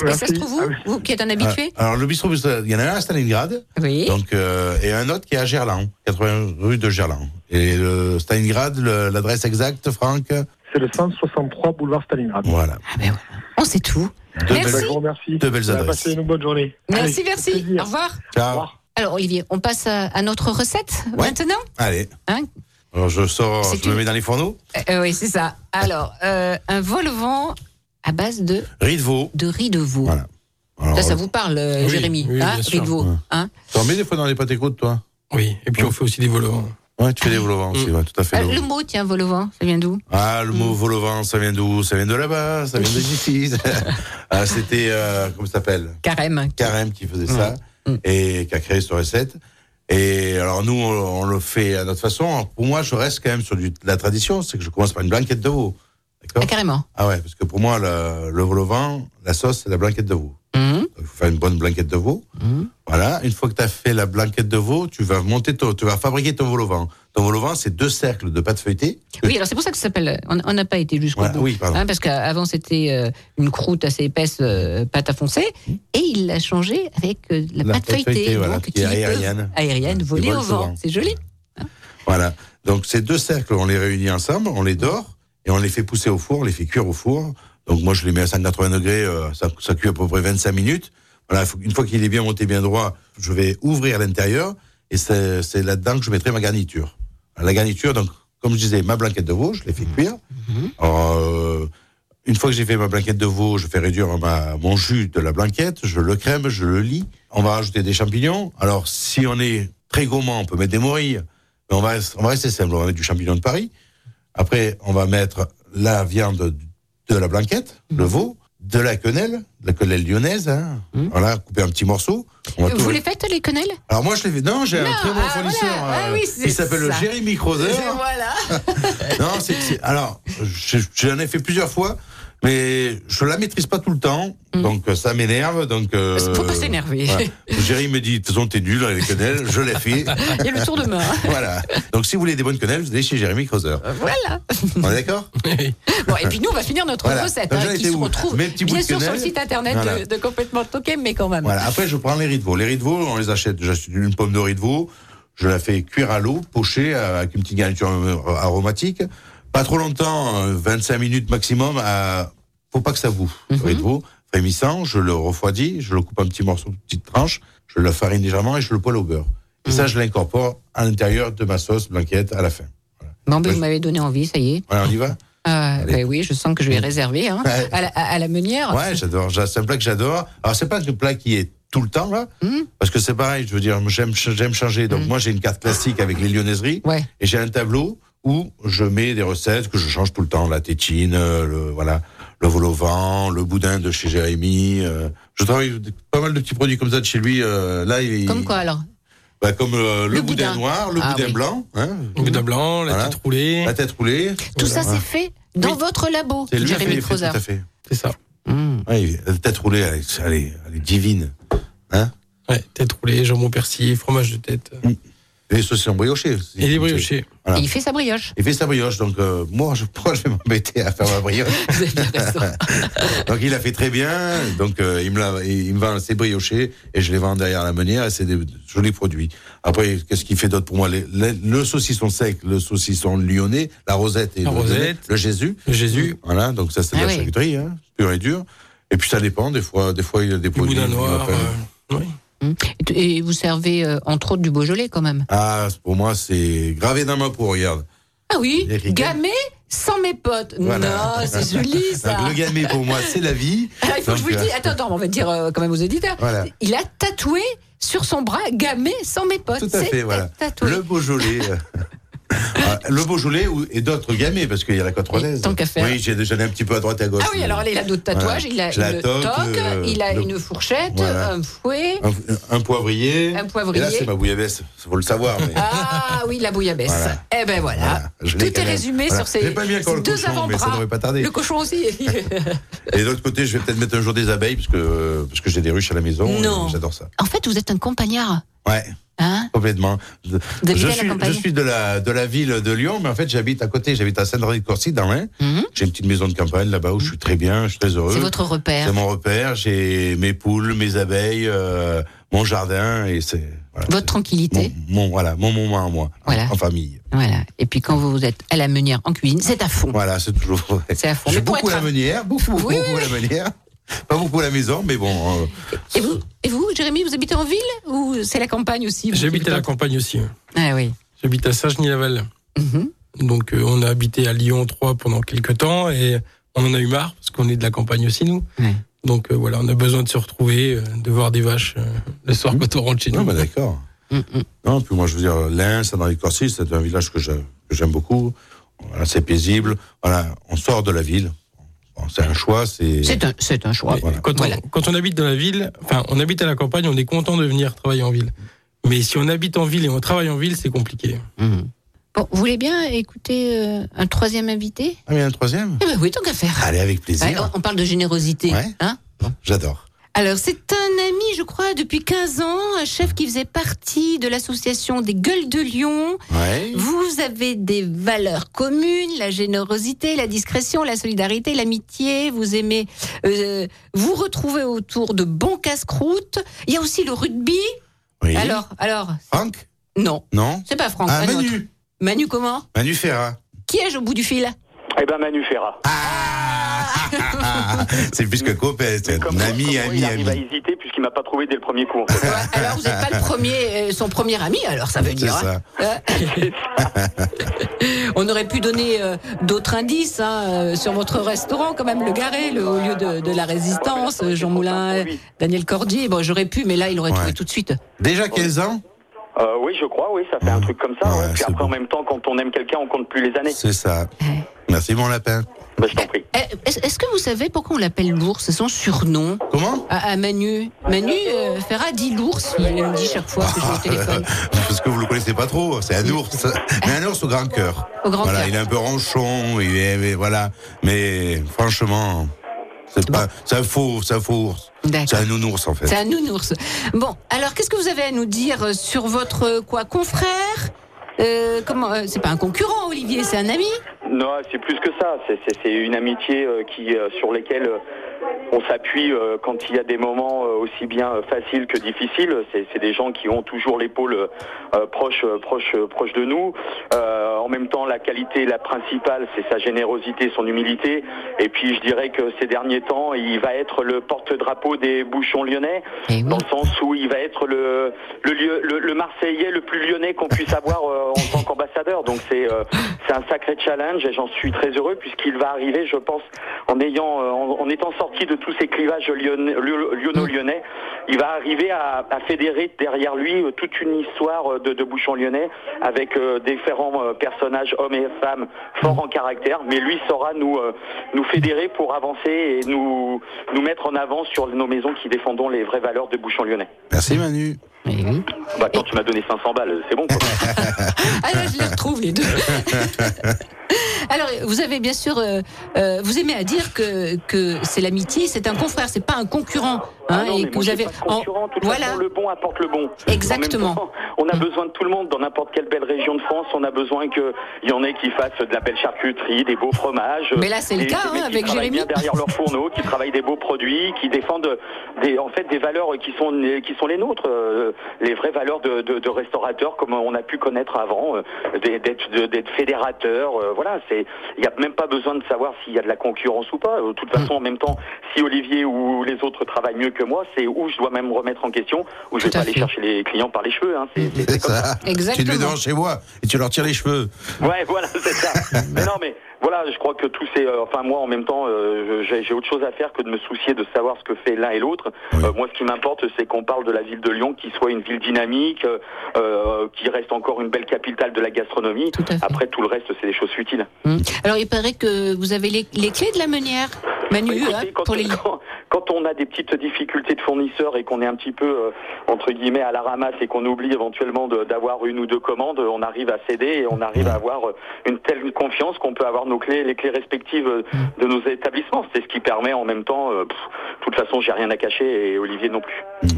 Et ça se trouve où Vous qui êtes un habitué
Ah, Alors, le bistrot, il y en a un à Stalingrad.
Ah, Oui.
Donc, euh, et un autre qui est à Gerland, 80 rue de Gerland. Et le Stalingrad, le- l'adresse exacte, Franck
C'est le 163 boulevard Stalingrad.
Voilà.
Ah, ben, On sait tout.
Deux
Merci.
belles-
Je vous remercie.
Deux belles
On a
adresses.
passé une bonne journée.
Merci, merci. Au revoir.
Ciao.
Alors, Olivier, on passe à, à notre recette maintenant
Allez.
Hein
Alors, je sors, je me mets dans les fourneaux.
Euh, euh, Oui, c'est ça. Alors, euh, un vol au vent à base de.
Riz de veau.
De riz de veau.
Voilà.
ça, ça
Alors,
vous parle, euh,
oui,
Jérémy
oui,
hein,
bien
Riz
sûr.
de veau.
Ouais.
hein
T'en mets des fois dans les pâtes côtes, toi
Oui, et puis on fait aussi des vols au vent.
Ouais, tu fais des vols au vent aussi, ouais, tout à fait.
Euh, le mot, Mm. tiens, vol au vent, ça vient d'où
Ah, le mot vol au vent, ça vient d'où Ça vient de là-bas, ça vient de d'ici. ah, c'était, euh, comment ça s'appelle
Carême.
Carême qui faisait ça
Mm.
et qui a créé cette recette. Et alors nous, on, on le fait à notre façon. Alors, pour moi, je reste quand même sur du- la tradition, c'est que je commence par une blanquette de veau. D'accord
Ah, carrément.
Ah ouais, parce que pour moi, le, le vol au vent, la sauce, c'est la blanquette de veau.
Mhm.
Il faut faire une bonne blanquette de veau. Voilà, une fois que tu as fait la blanquette de veau, tu vas monter ton, tu vas fabriquer ton vol au vent. Ton vol au vent, c'est deux cercles de pâte feuilletée.
Oui, alors c'est pour ça que ça s'appelle. euh, On on n'a pas été jusqu'au
Voilà,
bout.
oui, pardon.
Hein, parce qu'avant, c'était euh, une croûte assez épaisse, euh, pâte à foncer. Et il l'a changé avec euh, de la,
Mmh. La
pâte
pâte
feuilletée.
feuilletée, voilà,
donc,
qui est aérienne.
Aérienne, volée
vole
au
souvent.
vent. C'est joli.
Voilà. Donc ces deux cercles, on les réunit ensemble, on les dore et on les fait pousser au four, on les fait cuire au four. Donc moi je les mets à 180 degrés, euh, ça, ça cuit à peu près 25 minutes. Voilà, faut- une fois qu'il est bien monté, bien droit, je vais ouvrir l'intérieur et c'est c'est là-dedans que je mettrai ma garniture. La garniture, donc comme je disais, ma blanquette de veau, je les fais cuire. Alors, euh, Une fois que j'ai fait ma blanquette de veau, je fais réduire ma, mon jus de la blanquette, je le crème, je le lis. On va rajouter des champignons. Alors, si on est très gourmand, on peut mettre des morilles. Mais on va, rest- on va rester simple, on va mettre du champignon de Paris. Après, on va mettre la viande de la blanquette, le veau, de la quenelle, de la quenelle lyonnaise. hein. Voilà, couper un petit morceau. On va tout-
Vous les faites, les quenelles
Alors moi, je l'ai fait. Non, j'ai
Non,
un très bon
ah,
fournisseur. euh,
voilà. Ah oui, c'est
il s'appelle
ça.
Jérémy Crozer.
Et Voilà.
Non, c'est, c'est- alors, je- j'en ai fait plusieurs fois, mais je la maîtrise pas tout le temps, donc euh, ça m'énerve. Donc, euh,
Faut Mm. pas s'énerver.
ouais. Jerry me dit, de toute façon, t'es nul avec les quenelles, je l'ai fait.
Il y a le tour de main. hein.
voilà. Donc, si vous voulez des bonnes quenelles, vous allez chez Jérémy Crozer.
Ah. Voilà.
On est d'accord
Bon, et puis nous, on va finir notre
Voilà.
recette
Donc,
hein,
j'en
qui
étais
se
où
retrouve
Mes petits bouts
bien
de
sûr sur le
quenelle.
site internet euh, de,
Voilà.
de complètement toqué, mais quand même.
Voilà. Après, je prends les riz de veau. Les riz de veau, on les achète. J'achète une pomme de riz de veau. Je la fais cuire à l'eau, pochée, euh, avec une petite garniture euh, aromatique. Pas trop longtemps, euh, 25 minutes maximum. À... Faut pas que ça bouffe. Le riz de veau, frémissant, je le refroidis, je le coupe en petits morceaux, petites tranches, je le farine légèrement et je le poêle au beurre. Et ça, je l'incorpore à l'intérieur de ma sauce blanquette à la fin.
Bon, ben, vous m'avez donné envie, ça y est.
Voilà, on y va
Ah, ben oui, je sens que je vais réserver hein,
Ouais.
à, la, à- à la meunière.
Ouais, j'adore. J'a- C'est un plat que j'adore. Alors, c'est pas un plat qui est tout le temps, là.
Hmm
Parce que c'est pareil, je veux dire, j'aime, ch- j'aime changer. Donc, moi, j'ai une carte classique avec les lyonnaiseries.
Ouais.
Et j'ai un tableau où je mets des recettes que je change tout le temps. La tétine, euh, le, voilà, le vol au vent, le boudin de chez Jérémy. euh. je travaille avec pas mal de petits produits comme ça de chez lui. euh, là, il,
Comme quoi alors
bah, Comme euh, le,
Le
boudin,
boudin.
noir, le
Ah,
boudin
oui.
blanc. Hein
Le boudin blanc, la tête roulée.
La tête roulée.
Tout
Voilà.
ça, c'est fait dans votre labo,
C'est lui qui fait
Jérémy
les faits,
Crozer.
Tout à fait.
C'est ça.
Ouais, la tête roulée, elle est- elle est- elle est divine.
Ouais, tête roulée, jambon persil, fromage de tête.
Et saucisson brioché.
Et les briochés.
Voilà.
Et il fait sa brioche.
Il fait sa brioche, donc euh, moi, je, pourquoi je vais m'embêter à faire ma brioche
Vous avez bien raison.
Donc il a fait très bien, donc euh, il, me la, il me vend ses briochés et je les vends derrière la meunière et c'est des jolis produits. Après, qu'est-ce qu'il fait d'autre pour moi Les- les- Le saucisson sec, le saucisson lyonnais, la rosette et
La
le,
rosette.
le Jésus.
Le Jésus.
Voilà, donc ça c'est de
Ah
la
oui.
charcuterie, hein, pure et dure. Et puis ça dépend, des fois, des fois il y a
Du
des produits.
boudin
qui vont
noir.
faire-
euh, oui.
Et vous servez euh, entre autres du Beaujolais quand même.
Ah, pour moi c'est gravé dans ma peau, regarde.
Ah oui,
Des ricades.
gamé sans mes potes.
Voilà.
Non, c'est joli ça.
Donc, le gamay pour moi c'est la vie.
Ah, il faut que je
Donc,
vous le
euh,
dise. Attends, attends, on va dire euh, quand même aux éditeurs.
Voilà.
Il a tatoué sur son bras gamé sans mes potes.
Tout à
C'est
fait, voilà.
Tatoué.
Le Beaujolais. euh, ah, le Beaujolais ou- et d'autres gamés, parce qu'il y a la côte rhodaise.
tant qu'à faire.
Oui, j'ai déjà allé un petit peu à droite à gauche.
Ah oui, alors là, il a d'autres tatouages.
Voilà.
Il a
Je la
une
toque,
toque,
euh,
il a
le-
une fourchette,
Voilà.
un fouet.
Un, un poivrier.
Un poivrier.
Et là, c'est ma bouillabaisse. Faut le savoir. Mais...
Ah oui, la bouillabaisse.
Voilà.
Eh ben voilà.
Voilà, je
Tout
l'ai quand
est
même.
résumé
Voilà.
sur ces
J'ai pas mis encore le
deux
cochon, mais ça
avant-bras.
devrait pas tarder.
Le cochon aussi.
Et de l'autre côté, je vais peut-être mettre un jour des abeilles, parce que, euh, parce que j'ai des ruches à la maison.
Non.
et J'adore ça.
en fait, vous êtes un compagnard.
Ouais,
Hein
complètement. Je,
habitez à la
suis,
campagne
je suis de la, de la ville de Lyon, mais en fait, j'habite à côté. J'habite à Saint-André-de-Corcy, dans l'Ain.
Mhm.
J'ai une petite maison de campagne là-bas où je suis très bien, je suis très heureux.
C'est votre repère.
C'est mon repère, j'ai mes poules, mes abeilles, euh, mon jardin et c'est voilà,
Votre
c'est mon,
tranquillité.
mon- voilà, mon moment à moi,
Voilà.
en famille.
Voilà. Et puis quand vous êtes à la meunière en cuisine, c'est à fond.
Voilà, c'est toujours vrai.
C'est à fond.
Je
Mais
fais
pour
beaucoup
être
la
un-
meunière, beaucoup, beaucoup,
Oui, oui,
beaucoup la meunière. Pas beaucoup à la maison, mais bon. euh,
Et vous, et vous, Jérémy, vous habitez en ville ou c'est la campagne aussi vous
J'habite à la
plutôt
campagne aussi. hein.
Ah oui.
J'habite à Saint-Genis-Laval.
Mhm.
Donc euh, on a habité à Lyon 3 pendant quelques temps et on en a eu marre parce qu'on est de la campagne aussi nous.
Ouais.
Donc euh, voilà, on a besoin de se retrouver, euh, de voir des vaches euh, le soir quand on rentre chez
Non,
nous.
mais d'accord.
Mm, mm.
Non, puis moi, je veux dire, l'Ain, saint henri corcy c'est un village que j'aime que j'aime beaucoup. Voilà, c'est paisible. Voilà, on sort de la ville. Bon, c'est un choix, c'est.
C'est un, c'est un choix.
Mais quand, on,
Voilà.
quand on habite dans la ville, enfin on habite à la campagne, on est content de venir travailler en ville. Mais si on habite en ville et on travaille en ville, c'est compliqué.
Mhm. Bon, vous voulez bien écouter euh, un troisième invité
Ah, mais un troisième
Eh ben oui, tant qu'à faire.
Allez, avec
Ouais,
plaisir.
on- on parle de générosité.
Ouais.
Hein
J'adore.
Alors, c'est un ami, je crois, depuis 15 ans, un chef qui faisait partie de l'association des Gueules de Lion.
Ouais.
Vous avez des valeurs communes, la générosité, la discrétion, la solidarité, l'amitié. Vous aimez euh, vous retrouver autour de bons casse-croûtes. Il y a aussi le rugby.
Oui.
Alors, alors,
Franck
non,
Non
c'est pas Franck.
Ah,
un autre.
Manu.
Manu comment
Manu Ferrat.
Qui ai-je au bout du fil
Eh ben Manu Ferrat.
Ah,
c'est plus que copain, c'est un
Comment-
ami,
comment
ami,
il arrive à
ami.
hésiter puisqu'il m'a pas trouvé dès le premier coup. en fait.
Alors, vous n'êtes pas le premier, euh, son premier ami, alors ça veut
C'est
dire. hein. Euh, On aurait pu donner euh, d'autres indices hein, euh, sur votre restaurant, quand même, le Garé, le, au lieu de, de la Résistance, euh, Jean Moulin, euh, Daniel Cordier. Bon, j'aurais pu, mais là, il aurait trouvé tout de suite.
Déjà 15 ans
Euh, oui, je crois, oui, ça fait un truc comme ça. ouais. Puis après, en même temps, quand on aime quelqu'un, on compte plus les années. Bah,
C'est ça. Merci, mon lapin.
je t'en prie.
Eh, Est-ce est-ce que vous savez pourquoi on l'appelle l'ours C'est son surnom.
Comment
à, à Ah, Manu. Manu euh, Ferrat dit l'ours, il me dit chaque fois que je vais au téléphone.
Ah, Parce que vous le connaissez pas trop, c'est un ours. Mais un ours au grand cœur.
Au grand
voilà,
cœur.
il est un peu ronchon, il est, mais voilà. Mais franchement, c'est pas, c'est un faux, c'est un faux ours.
D'accord.
C'est un nounours, en fait.
C'est un nounours. Bon, alors qu'est-ce que vous avez à nous dire euh, sur votre euh, quoi confrère Euh, Comment euh, C'est pas un concurrent, Olivier, c'est un ami.
Non, c'est plus que ça. C'est- C'est c'est une amitié euh, qui, euh, sur lesquelles euh, on s'appuie euh, quand il y a des moments euh, aussi bien euh, faciles que difficiles. C'est c'est des gens qui ont toujours l'épaule euh, euh, proche, euh, proche, euh, proche de nous. Euh, en même temps, la qualité, la principale, c'est sa générosité, son humilité. Et puis, je dirais que ces derniers temps, il va être le porte-drapeau des bouchons lyonnais,
Eh
dans le sens où il va être le, le, lieu- le- le Marseillais le plus lyonnais qu'on puisse avoir euh, en tant qu'ambassadeur. Donc, c'est euh, c'est un sacré challenge et j'en suis très heureux puisqu'il va arriver, je pense, en ayant, euh, en, en étant sorti de tous ces clivages lyonnais- lyo- lyonno-lyonnais, il va arriver à, à fédérer derrière lui euh, toute une histoire euh, de, de bouchon lyonnais avec euh, différents euh, personnages, hommes et femmes, forts en caractère. Mais lui saura nous, euh, nous fédérer pour avancer et nous, nous mettre en avant sur nos maisons qui défendons les vraies valeurs de bouchon lyonnais.
Merci, Manu.
Bah, quand tu m'as donné 500 balles, c'est bon. quoi.
Alors Ah, je les retrouve les deux. Alors vous avez bien sûr, euh, euh, vous aimez à dire que que c'est l'amitié, c'est un confrère, c'est pas un concurrent, hein,
Ah non, mais
et
moi,
que vous
j'ai
avez
pas de
en-
concurrent. De toute
voilà.
façon, le bon apporte le bon.
Exactement.
En même temps, on a besoin de tout le monde dans n'importe quelle belle région de France. On a besoin qu'il y en ait qui fassent de la belle charcuterie, des beaux fromages.
Mais là, c'est le
des-
cas,
des
hein,
mecs qui
avec
travaillent
Jérémy.
bien derrière leur fourneau, qui travaillent des beaux produits, qui défendent des, en fait des valeurs qui sont, qui sont les nôtres, euh, les vraies valeurs de, de- de restaurateurs comme on a pu connaître avant, euh, des- d'être de- d'être fédérateur. euh, voilà, c'est il n'y a même pas besoin de savoir s'il y a de la concurrence ou pas. Euh, De toute façon, en même temps, si Olivier ou les autres travaillent mieux que moi, c'est où je dois même me remettre en question, où je vais pas aller chercher les clients par les cheveux. hein. C'est- c'est-
C'est ça. Tu
Exactement.
les mets devant chez moi et tu leur tires les cheveux.
Ouais, voilà, c'est ça. mais non, mais voilà, je crois que tous ces, euh, enfin moi en même temps, euh, j'ai j'ai autre chose à faire que de me soucier de savoir ce que fait l'un et l'autre. Euh, moi, ce qui m'importe, c'est qu'on parle de la ville de Lyon, qui soit une ville dynamique, euh, euh, qui reste encore une belle capitale de la gastronomie. Après, tout le reste, c'est des choses futiles.
Alors il paraît que vous avez les, les clés de la meunière, Manu, hein, pour les
quand, quand on a des petites difficultés de fournisseurs et qu'on est un petit peu euh, entre guillemets à la ramasse et qu'on oublie éventuellement de- d'avoir une ou deux commandes, on arrive à céder et on arrive à avoir euh, une telle confiance qu'on peut avoir nos clés, les clés respectives euh, de nos établissements. C'est ce qui permet en même temps, euh, pff, de toute façon, j'ai rien à cacher et Olivier non plus.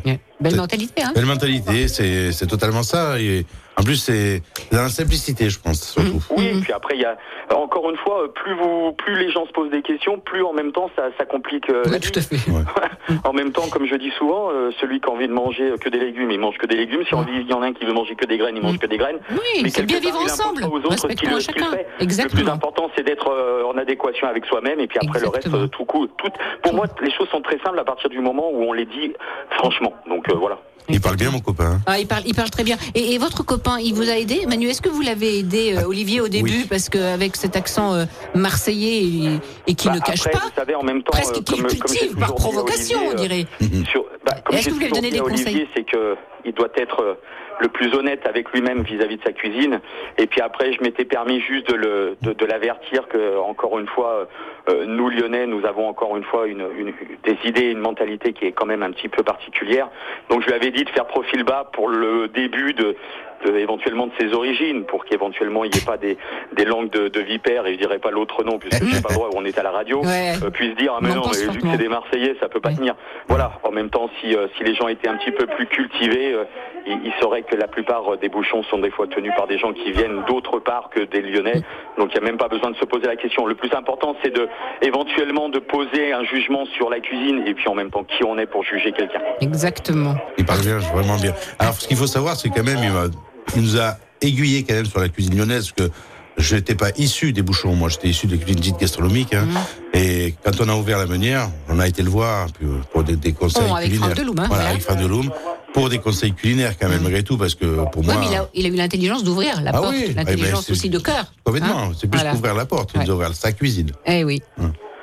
belle mentalité. Hein
Belle mentalité, c'est c'est totalement ça. Et en plus, c'est dans la simplicité, je pense, surtout.
Mm.
Oui,
Mhm.
et puis après, il y a encore une fois, euh, plus vous, plus les gens se posent des questions, plus en même temps ça, ça complique. euh, la vie. en même temps, comme je dis souvent, euh, celui qui a envie de manger euh, que des légumes, il mange que des légumes. Si envie, il y en a un qui veut manger que des graines, il
Mm.
mange que des graines.
Oui, c'est bien
quelque part,
vivre
il impose
ensemble.
pas Aux autres ce qu'il-
Respectons
ce qu'il
chacun.
fait.
Exactement.
Le plus important, c'est d'être euh, en adéquation avec soi-même, et puis après le reste, euh, tout court. Tout, pour moi, les choses sont très simples à partir du moment où on les dit franchement. Donc euh, voilà.
Il parle bien, mon copain.
Ah, il parle, il parle très bien. Et, et votre copain, il vous a aidé, Manu Est-ce que vous l'avez aidé, euh, Olivier, au début, parce qu'avec cet accent euh, marseillais et, et qui
Bah,
ne cache
après,
pas,
Vous savez, en même temps,
presque
euh,
qu'il
comme- comme j'ai
cultive par
toujours dit à
provocation,
Olivier,
on
euh,
dirait.
sur- bah, comme
Est-ce
j'ai
que vous lui avez
toujours
donné
dit à
des
Olivier,
conseils
c'est que il doit être euh, le plus honnête avec lui-même vis-à-vis de sa cuisine. Et puis après, je m'étais permis juste de le de, de l'avertir que encore une fois, euh, nous Lyonnais, nous avons encore une fois une, une- des idées, une mentalité qui est quand même un petit peu particulière. Donc je lui avais dit de faire profil bas pour le début de, de- éventuellement de ses origines, pour qu'éventuellement il n'y ait pas des, des langues de, de vipères, et je dirais pas l'autre nom, puisque j'ai pas le droit, on est à la radio,
Ouais.
euh, puisse dire, ah mais
On en
non,
pense
mais vu que
fortement.
c'est des Marseillais, ça peut pas tenir. Voilà, en même temps, si, euh, si les gens étaient un petit peu plus cultivés, euh, ils, ils sauraient que la plupart euh, des bouchons sont des fois tenus par des gens qui viennent d'autre part que des Lyonnais, donc il n'y a même pas besoin de se poser la question. Le plus important, c'est de éventuellement de poser un jugement sur la cuisine, et puis en même temps, qui on est pour juger quelqu'un.
Exactement.
Il parle bien, vraiment bien. Alors, ce qu'il faut savoir, c'est quand même, il, m'a- il nous a aiguillé quand même sur la cuisine lyonnaise, parce que je n'étais pas issu des bouchons, moi j'étais issu des cuisines gastronomiques.
Mhm.
hein. Et quand on a ouvert la meunière, on a été le voir puis, euh, pour des, des conseils
Oh, avec
culinaires.
Franck Deloum, hein,
voilà,
voilà.
avec Franck Deloum, pour des conseils culinaires quand même, malgré tout, parce que pour
Oui,
moi...
mais il a, il a eu l'intelligence d'ouvrir la
Ah
porte,
oui, eh ben,
l'intelligence
c'est-
aussi de cœur.
Complètement,
Hein
c'est plus
Voilà.
qu'ouvrir la porte, il nous a ouvert sa cuisine.
Eh oui.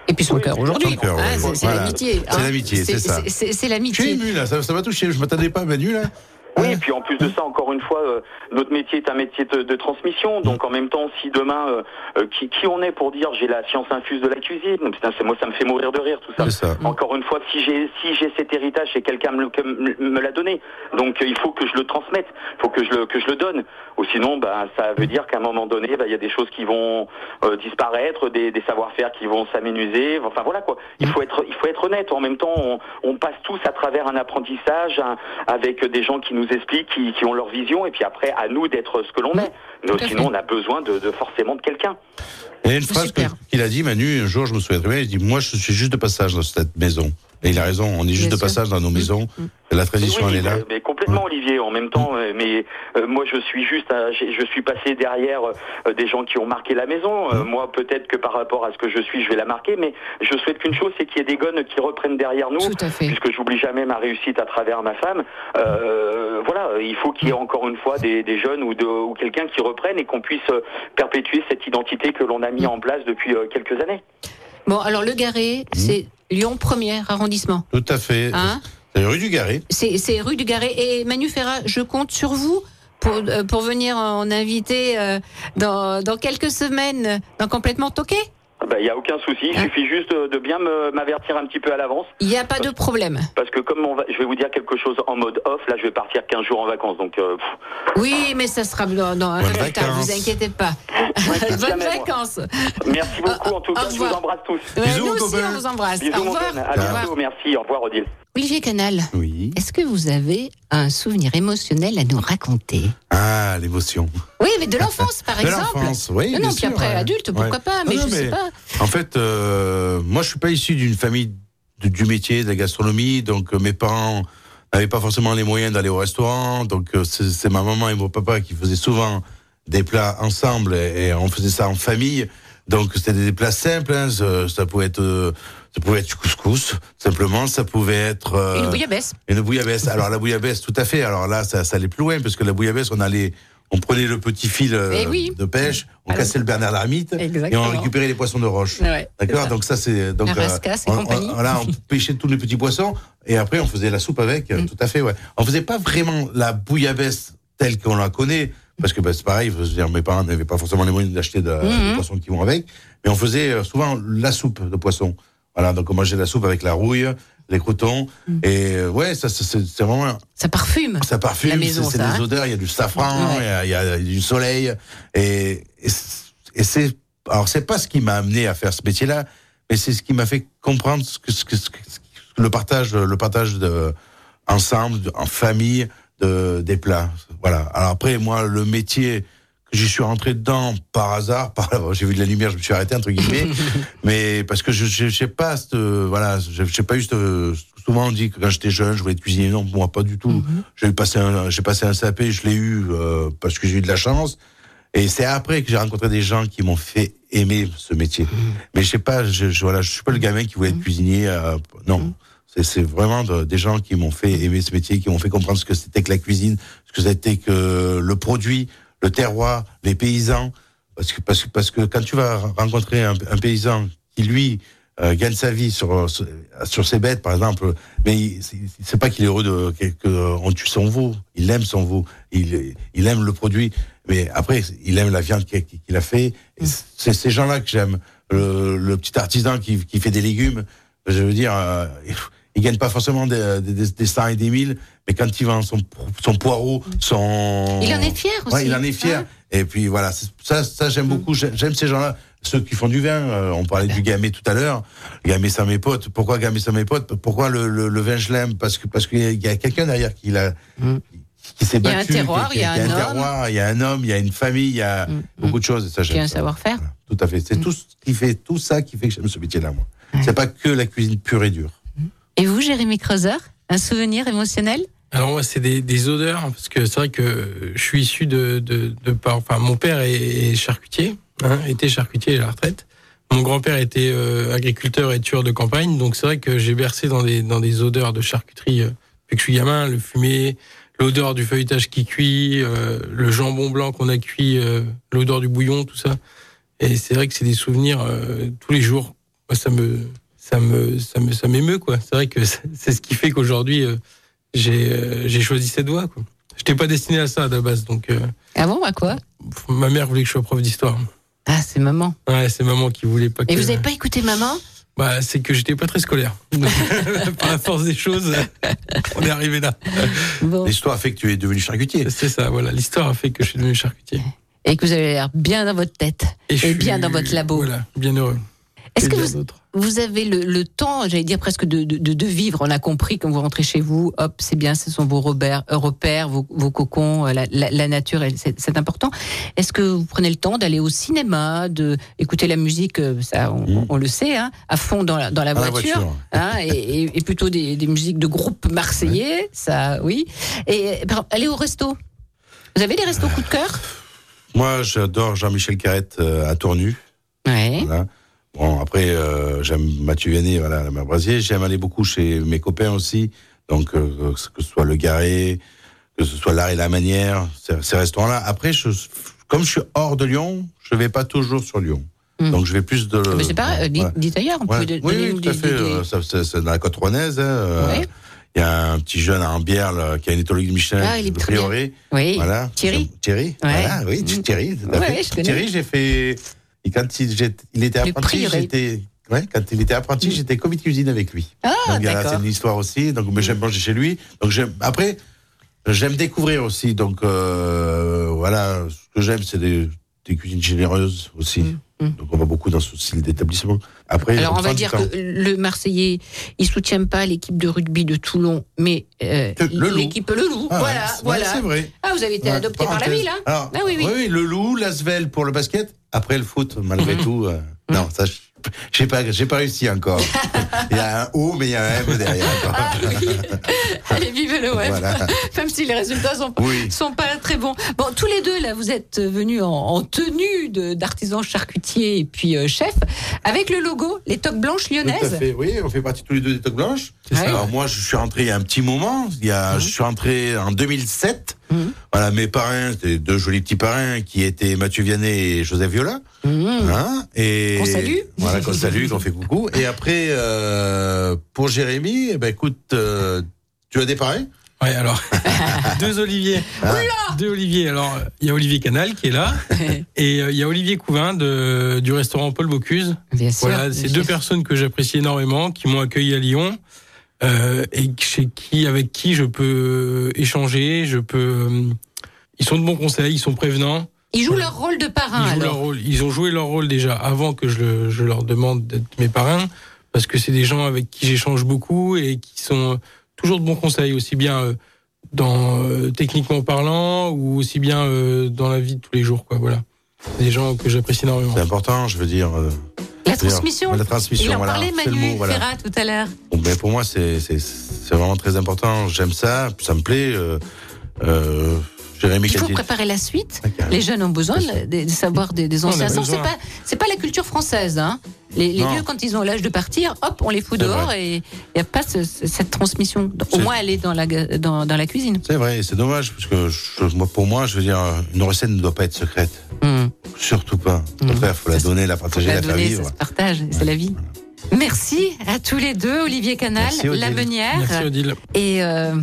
Et puis son cœur aujourd'hui.
Son cœur,
hein,
ouais,
c'est c'est
voilà.
l'amitié.
C'est
hein.
l'amitié, c'est ça.
C'est c'est
Je suis
l'amitié.
ému là, ça, ça m'a touché, je m'attendais pas à Manu là.
Oui, et puis en plus de ça, encore une fois, euh, notre métier est un métier de, de transmission. Donc en même temps, si demain, euh, euh, qui, qui on est pour dire j'ai la science infuse de la cuisine Putain, c'est- Moi, ça me fait mourir de rire tout ça.
Mm,
Encore une fois, si j'ai si j'ai cet héritage, c'est quelqu'un me, le- que me- me l'a donné. Donc euh, il faut que je le transmette, il faut que je le que je le donne. Ou sinon, bah ça veut dire qu'à un moment donné, bah, il y a des choses qui vont euh, disparaître, des, des savoir-faire qui vont s'amenuiser. Enfin voilà quoi. Il faut être il faut être honnête. En même temps, on, on passe tous à travers un apprentissage un- avec des gens qui nous expliquent, qui, qui ont leur vision, et puis après à nous d'être ce que l'on est. Mais sinon, on a besoin de, de forcément de quelqu'un.
Et une phrase que- qu'il a dit, Manu, un jour, je me souviens très bien, il dit Moi, je suis juste de passage dans cette maison. Et il a raison, on est juste de passage
Mmh,
dans nos maisons. Et La transition,
Oui,
elle est là.
euh, Mais complètement, Olivier. En même temps, euh, mais euh, moi, je suis juste, à- j'ai- je suis passé derrière euh, des gens qui ont marqué la maison.
Mhm.
Euh, Moi, peut-être que par rapport à ce que je suis, je vais la marquer. Mais je souhaite qu'une chose, c'est qu'il y ait des gones qui reprennent derrière nous, puisque j'oublie jamais ma réussite à travers ma femme. Euh, voilà, il faut qu'il y ait
Mhm.
encore une fois des, des jeunes ou, de- ou quelqu'un qui reprenne et qu'on puisse euh, perpétuer cette identité que l'on a
Mhm.
mis en place depuis euh, quelques années.
Bon, alors le Garé, c'est Lyon 1er arrondissement.
Tout à fait.
Hein
Hum. C'est rue du Garé.
C'est c'est rue du Garé. Et Manu Ferrat, je compte sur vous pour, euh, pour venir en inviter euh, dans, dans quelques semaines dans Complètement Toqué.
Ah bah, Il n'y a aucun souci, il suffit juste de, de bien me- m'avertir un petit peu à l'avance.
Il n'y a pas de problème.
Parce que comme on va, je vais vous dire quelque chose en mode off, là je vais partir 15 jours en vacances, donc euh, pff,
Oui, mais ça sera dans, dans un peu plus tard,
vacances.
vous inquiétez pas. Bonnes vacances.
merci beaucoup en tout cas, je vous embrasse tous.
Euh, nous aussi, on vous embrasse.
Bisous,
Au
mon
revoir.
Ben. À
Au revoir.
bientôt, merci, au revoir Odile.
Olivier Canal, est-ce que vous avez un souvenir émotionnel à nous raconter
Ah, l'émotion.
Oui, mais de l'enfance, par
De
exemple.
l'enfance,
non,
oui,
non,
bien
puis
sûr,
après
ouais.
adulte, pourquoi
Ouais.
pas, mais
Non,
je
non,
sais pas.
En fait, euh, moi, je suis pas issu d'une famille de- du métier, de la gastronomie, donc euh, mes parents n'avaient pas forcément les moyens d'aller au restaurant, donc euh, c'est c'est ma maman et mon papa qui faisaient souvent des plats ensemble, et, et on faisait ça en famille, donc c'était des plats simples, hein, ça, ça pouvait être... euh, ça pouvait être du couscous, simplement. Ça pouvait être euh,
Une bouillabaisse.
une bouillabaisse. Alors la bouillabaisse, tout à fait. Alors là, ça, ça allait plus loin parce que la bouillabaisse, on allait, on prenait le petit fil euh,
Eh oui.
de pêche, on cassait le Bernard l'ermite et on
Exactement.
récupérait les poissons de roche.
Ouais, c'est
D'accord.
ça.
Donc ça, c'est donc euh,
La rascasse et
on,
compagnie.
on- voilà, on pêchait tous les petits poissons et après on faisait la soupe avec.
Mm.
euh, Tout à fait. Ouais. On faisait pas vraiment la bouillabaisse telle qu'on la connaît. Parce que bah, c'est pareil, je veux dire, mes parents n'avaient pas forcément les moyens d'acheter de,
Mm,
Mhm.
des poissons qui vont avec, mais on faisait euh, souvent la soupe de poisson. Voilà, donc on mangeait la soupe avec la rouille, les croutons,
Mm.
et euh, ouais, ça, ça, c'est c'est vraiment.
Ça parfume.
Ça parfume,
La maison,
c'est- c'est
ça,
des
hein.
odeurs, il y a du safran, il y a- il y, a du soleil, et, et c'est- et c'est. Alors, c'est pas ce qui m'a amené à faire ce métier-là, mais c'est ce qui m'a fait comprendre ce que, ce que- ce que- ce que- le partage, le partage de, ensemble, de- en famille, de, des plats. Voilà. Alors après, moi, le métier que j'y suis rentré dedans par hasard, par j'ai vu de la lumière, je me suis arrêté entre guillemets, mais parce que je je- je sais pas, cette, euh, voilà, je je sais pas eu cette, euh, souvent on dit que quand j'étais jeune, je voulais être cuisinier, non, moi pas du tout. J'ai passé un, j'ai passé un CAP, je l'ai eu euh, parce que j'ai eu de la chance. Et c'est après que j'ai rencontré des gens qui m'ont fait aimer ce métier. Mais je sais pas, je, je, voilà, je suis pas le gamin qui voulait être cuisinier. euh, non, c'est, c'est vraiment de- des gens qui m'ont fait aimer ce métier, qui m'ont fait comprendre ce que c'était que la cuisine, ce que c'était que le produit, le terroir, les paysans. Parce que parce que parce que quand tu vas rencontrer un, un paysan qui lui euh, gagne sa vie sur sur ses bêtes par exemple, mais il- c'est c'est pas qu'il est heureux de que- que on tue son veau, il aime son veau, il il aime le produit, mais après il aime la viande qu'il qu'il a fait. Et
Mm.
C'est ces gens-là que j'aime. Le, le petit artisan qui qui fait des légumes, je veux dire, euh, il gagne pas forcément des des, des, des 100 et des 1000, mais quand il vend son son poireau, son
Il en est fier aussi, Mm.
Ouais, il en est fier.
hein.
Et puis voilà, c'est- ça, ça j'aime beaucoup. J'ai- J'aime ces gens-là, ceux qui font du vin. Euh, on parlait du gamay tout à l'heure. Gamay, ça mes potes. Pourquoi gamay, ça mes potes Pourquoi le, le, le vin, je l'aime Parce que parce qu'il y a- il y a quelqu'un derrière qui l'a. qui- Qui s'est
Mm. Il y a un
battu,
terroir,
qui-
il y a
qui- qui
un homme. Mm.
terroir, il y a un homme, il y a une famille, il y a beaucoup de choses. Et ça,
Qui a
j'aime
un
ça.
savoir-faire. Mm.
Tout à fait. C'est tout ce qui fait tout ça qui fait que j'aime ce métier-là, moi. C'est pas que la cuisine pure et dure.
Et vous, Jérémy Creuser, un souvenir émotionnel
Alors moi, c'est des, des odeurs, parce que c'est vrai que je suis issu de, de, de par- enfin, mon père est, est charcutier, hein, était charcutier à la retraite. Mon grand-père était euh, agriculteur et tueur de campagne, donc c'est vrai que j'ai bercé dans des, dans des odeurs de charcuterie euh, depuis que je suis gamin, le fumier, l'odeur du feuilletage qui cuit, euh, le jambon blanc qu'on a cuit, euh, l'odeur du bouillon, tout ça. Et c'est vrai que c'est des souvenirs euh, tous les jours. Moi, ça me, ça me, ça me, ça m'émeut quoi. C'est vrai que c'est ce qui fait qu'aujourd'hui euh, j'ai, euh, j'ai choisi cette voie quoi. Je n'étais pas destiné à ça à la base, donc euh,
Ah bon, à quoi
ma mère voulait que je sois prof d'histoire.
Ah, c'est maman.
Ouais, c'est maman qui voulait pas.
Et
que...
vous n'avez pas écouté maman
Bah, c'est que j'étais pas très scolaire. Donc, Par la force des choses, on est arrivé là.
Oh.
L'histoire a fait que tu es devenu charcutier.
C'est ça, voilà. L'histoire a fait que je suis devenu charcutier.
Et que vous avez l'air bien dans votre tête
Et
et,
je suis-
bien dans votre labo.
Voilà, bien heureux.
Est-ce
Et
que
bien
vous,
d'autres.
vous avez le, le temps, j'allais dire presque, de, de, de- de vivre On a compris quand vous rentrez chez vous, hop, c'est bien, ce sont vos repères, euh, repères vos, vos cocons, euh, la, la- la nature, elle, c'est c'est important. Est-ce que vous prenez le temps d'aller au cinéma, de écouter la musique, euh, ça, on, on le sait, hein, à fond dans la, dans la
Dans la
voiture,
voiture.
hein, et, et- et plutôt des, des musiques de groupes marseillais, ça, oui. Et par exemple, aller au resto Vous avez des restos coup de cœur
Moi, j'adore Jean-Michel Carrette euh, à Tournu.
Ouais.
Voilà. Bon, après, euh, j'aime Mathieu Vianney, voilà, la mère Brasier. J'aime aller beaucoup chez mes copains aussi. Donc, euh, que ce soit Le Garé, que ce soit L'Art et la Manière, ces, ces restaurants-là. Après, je, comme je suis hors de Lyon, je vais pas toujours sur Lyon.
Mm.
Donc, je vais plus de.
Mais c'est pas, euh, dites-
Ouais.
dites ailleurs, on
Ouais.
peut de-
Oui,
donner
oui,
nous
tout à
des-
fait.
des-
euh, ça- ça- C'est dans la côte rouennaise. hein, euh, Il
Ouais.
y a un petit jeune à Ambière là, qui a une éthologie de Michelin.
Ah, il est
de
très bien.
Priory.
Oui.
Voilà.
Thierry.
Thierry.
Ouais. Mm.
Voilà, oui, tu- Thierry. tout à
Ouais,
fait.
je connais.
Thierry, j'ai fait. Et quand il, j'étais- il était
Le
apprenti,
prieuré.
j'étais. Ouais, quand il était apprenti, j'étais commis de cuisine avec lui.
Mm. Ah,
donc, voilà,
d'accord. Mm.
c'est une histoire aussi. Donc, mais j'aime manger chez lui. Donc, j'aime. Après, j'aime découvrir aussi. Donc, euh, voilà, ce que j'aime, c'est des, des cuisines généreuses aussi. Donc, on va beaucoup dans ce style d'établissement. Après,
Mm. Alors on
prend
va
du
dire
temps.
que le Marseillais, il soutient pas l'équipe de rugby de Toulon, mais euh,
Le Loup.
l'équipe Le Loup.
Ah ouais,
voilà,
c'est-
voilà.
ouais, c'est vrai.
Ah, vous avez été
Ouais,
adopté par la
parenthèse.
ville, hein
Alors,
Ah oui, oui.
le loup, l'asvel pour le basket, après le foot, malgré
Mhm.
tout. euh, Non, ça, je- j'ai pas, j'ai pas réussi encore. il y a un O, mais il y a un M derrière.
Ah oui. Allez, vive le web.
Voilà.
Même si les résultats sont, sont pas très bons. Bon, tous les deux, là, vous êtes venus en, en tenue de- d'artisan charcutier et puis euh, chef, avec le logo, les toques blanches
Tout
lyonnaises.
à fait, oui, on fait partie tous les deux des toques blanches.
C'est ça. Mhm.
Alors moi, je suis rentré il y a un petit moment. Il y a, je suis rentré en 2007. Voilà, mes parrains, c'était deux jolis petits parrains qui étaient Mathieu Vianney et Joseph Viola.
Mmh.
Hein, et
Qu'on salue.
Voilà, qu'on salue, qu'on fait coucou. Et après, euh, pour Jérémy, eh ben écoute, euh, tu as des parrains
Ouais, alors. Deux Olivier. Deux Olivier. Alors, euh, il y a Olivier Canal qui est là. et euh, il y a Olivier Couvin de, du restaurant Paul Bocuse.
Bien sûr,
Voilà,
bien
c'est
sûr.
deux personnes que j'apprécie énormément, qui m'ont accueilli à Lyon. euh, et chez qui, avec qui je peux échanger, je peux. euh, Ils sont de bons conseils, ils sont prévenants.
Ils jouent leur rôle de parrain,
Ils jouent leur
Ah, alors.
rôle. Ils ont joué leur rôle déjà avant que je, le- je leur demande d'être mes parrains, parce que c'est des gens avec qui j'échange beaucoup et qui sont toujours de bons conseils, aussi bien euh, dans euh, techniquement parlant ou aussi bien euh, dans la vie de tous les jours, quoi. Voilà, des gens que j'apprécie énormément.
C'est important, je veux dire. euh,
La
je veux dire,
transmission.
La transmission,
Il en
voilà,
parlait,
c'est le
Manu
mot, voilà.
Ferrat, tout à l'heure.
Bon, ben, pour moi, c'est c'est- c'est vraiment très important. J'aime ça, ça me plaît. Euh, euh, Jérémy
Il faut
Cadier-
préparer la suite.
Ah,
Les jeunes ont besoin de, de- de savoir des, des
On a
anciens sens. C'est
besoin.
pas, c'est pas la culture française. Hein. Les, les
Non.
vieux, quand ils ont l'âge de partir, hop, on les fout
C'est
dehors
vrai.
et il n'y a pas ce- ce- cette transmission. Au
C'est-
moins, elle est dans la, ga- dans, dans la cuisine.
C'est vrai, c'est dommage, parce que je- moi, pour moi, je veux dire, une recette ne doit pas être secrète. Surtout pas.
Mmh.
Au contraire, faut la donner, la partager,
la
Hmm. la, faire
donner,
vivre.
ça se partage, c'est la vie. Merci à tous les deux, Olivier Canal,
Merci, Odile.
La Meunière
Merci, Odile.
et euh,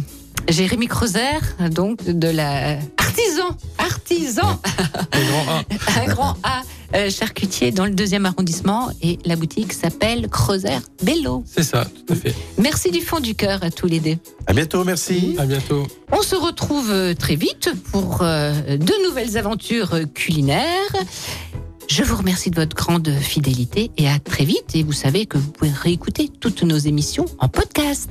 Jérémy Crozer, donc de la artisan, artisan, un grand A euh, charcutier dans le deuxième arrondissement et la boutique s'appelle Crozer Bello.
C'est ça, tout à fait.
Merci du fond du cœur à tous les deux.
À bientôt, merci.
À bientôt.
On se retrouve euh, très vite pour euh, de nouvelles aventures euh, culinaires. Je vous remercie de votre grande fidélité et à très vite. Et vous savez que vous pouvez réécouter toutes nos émissions en podcast.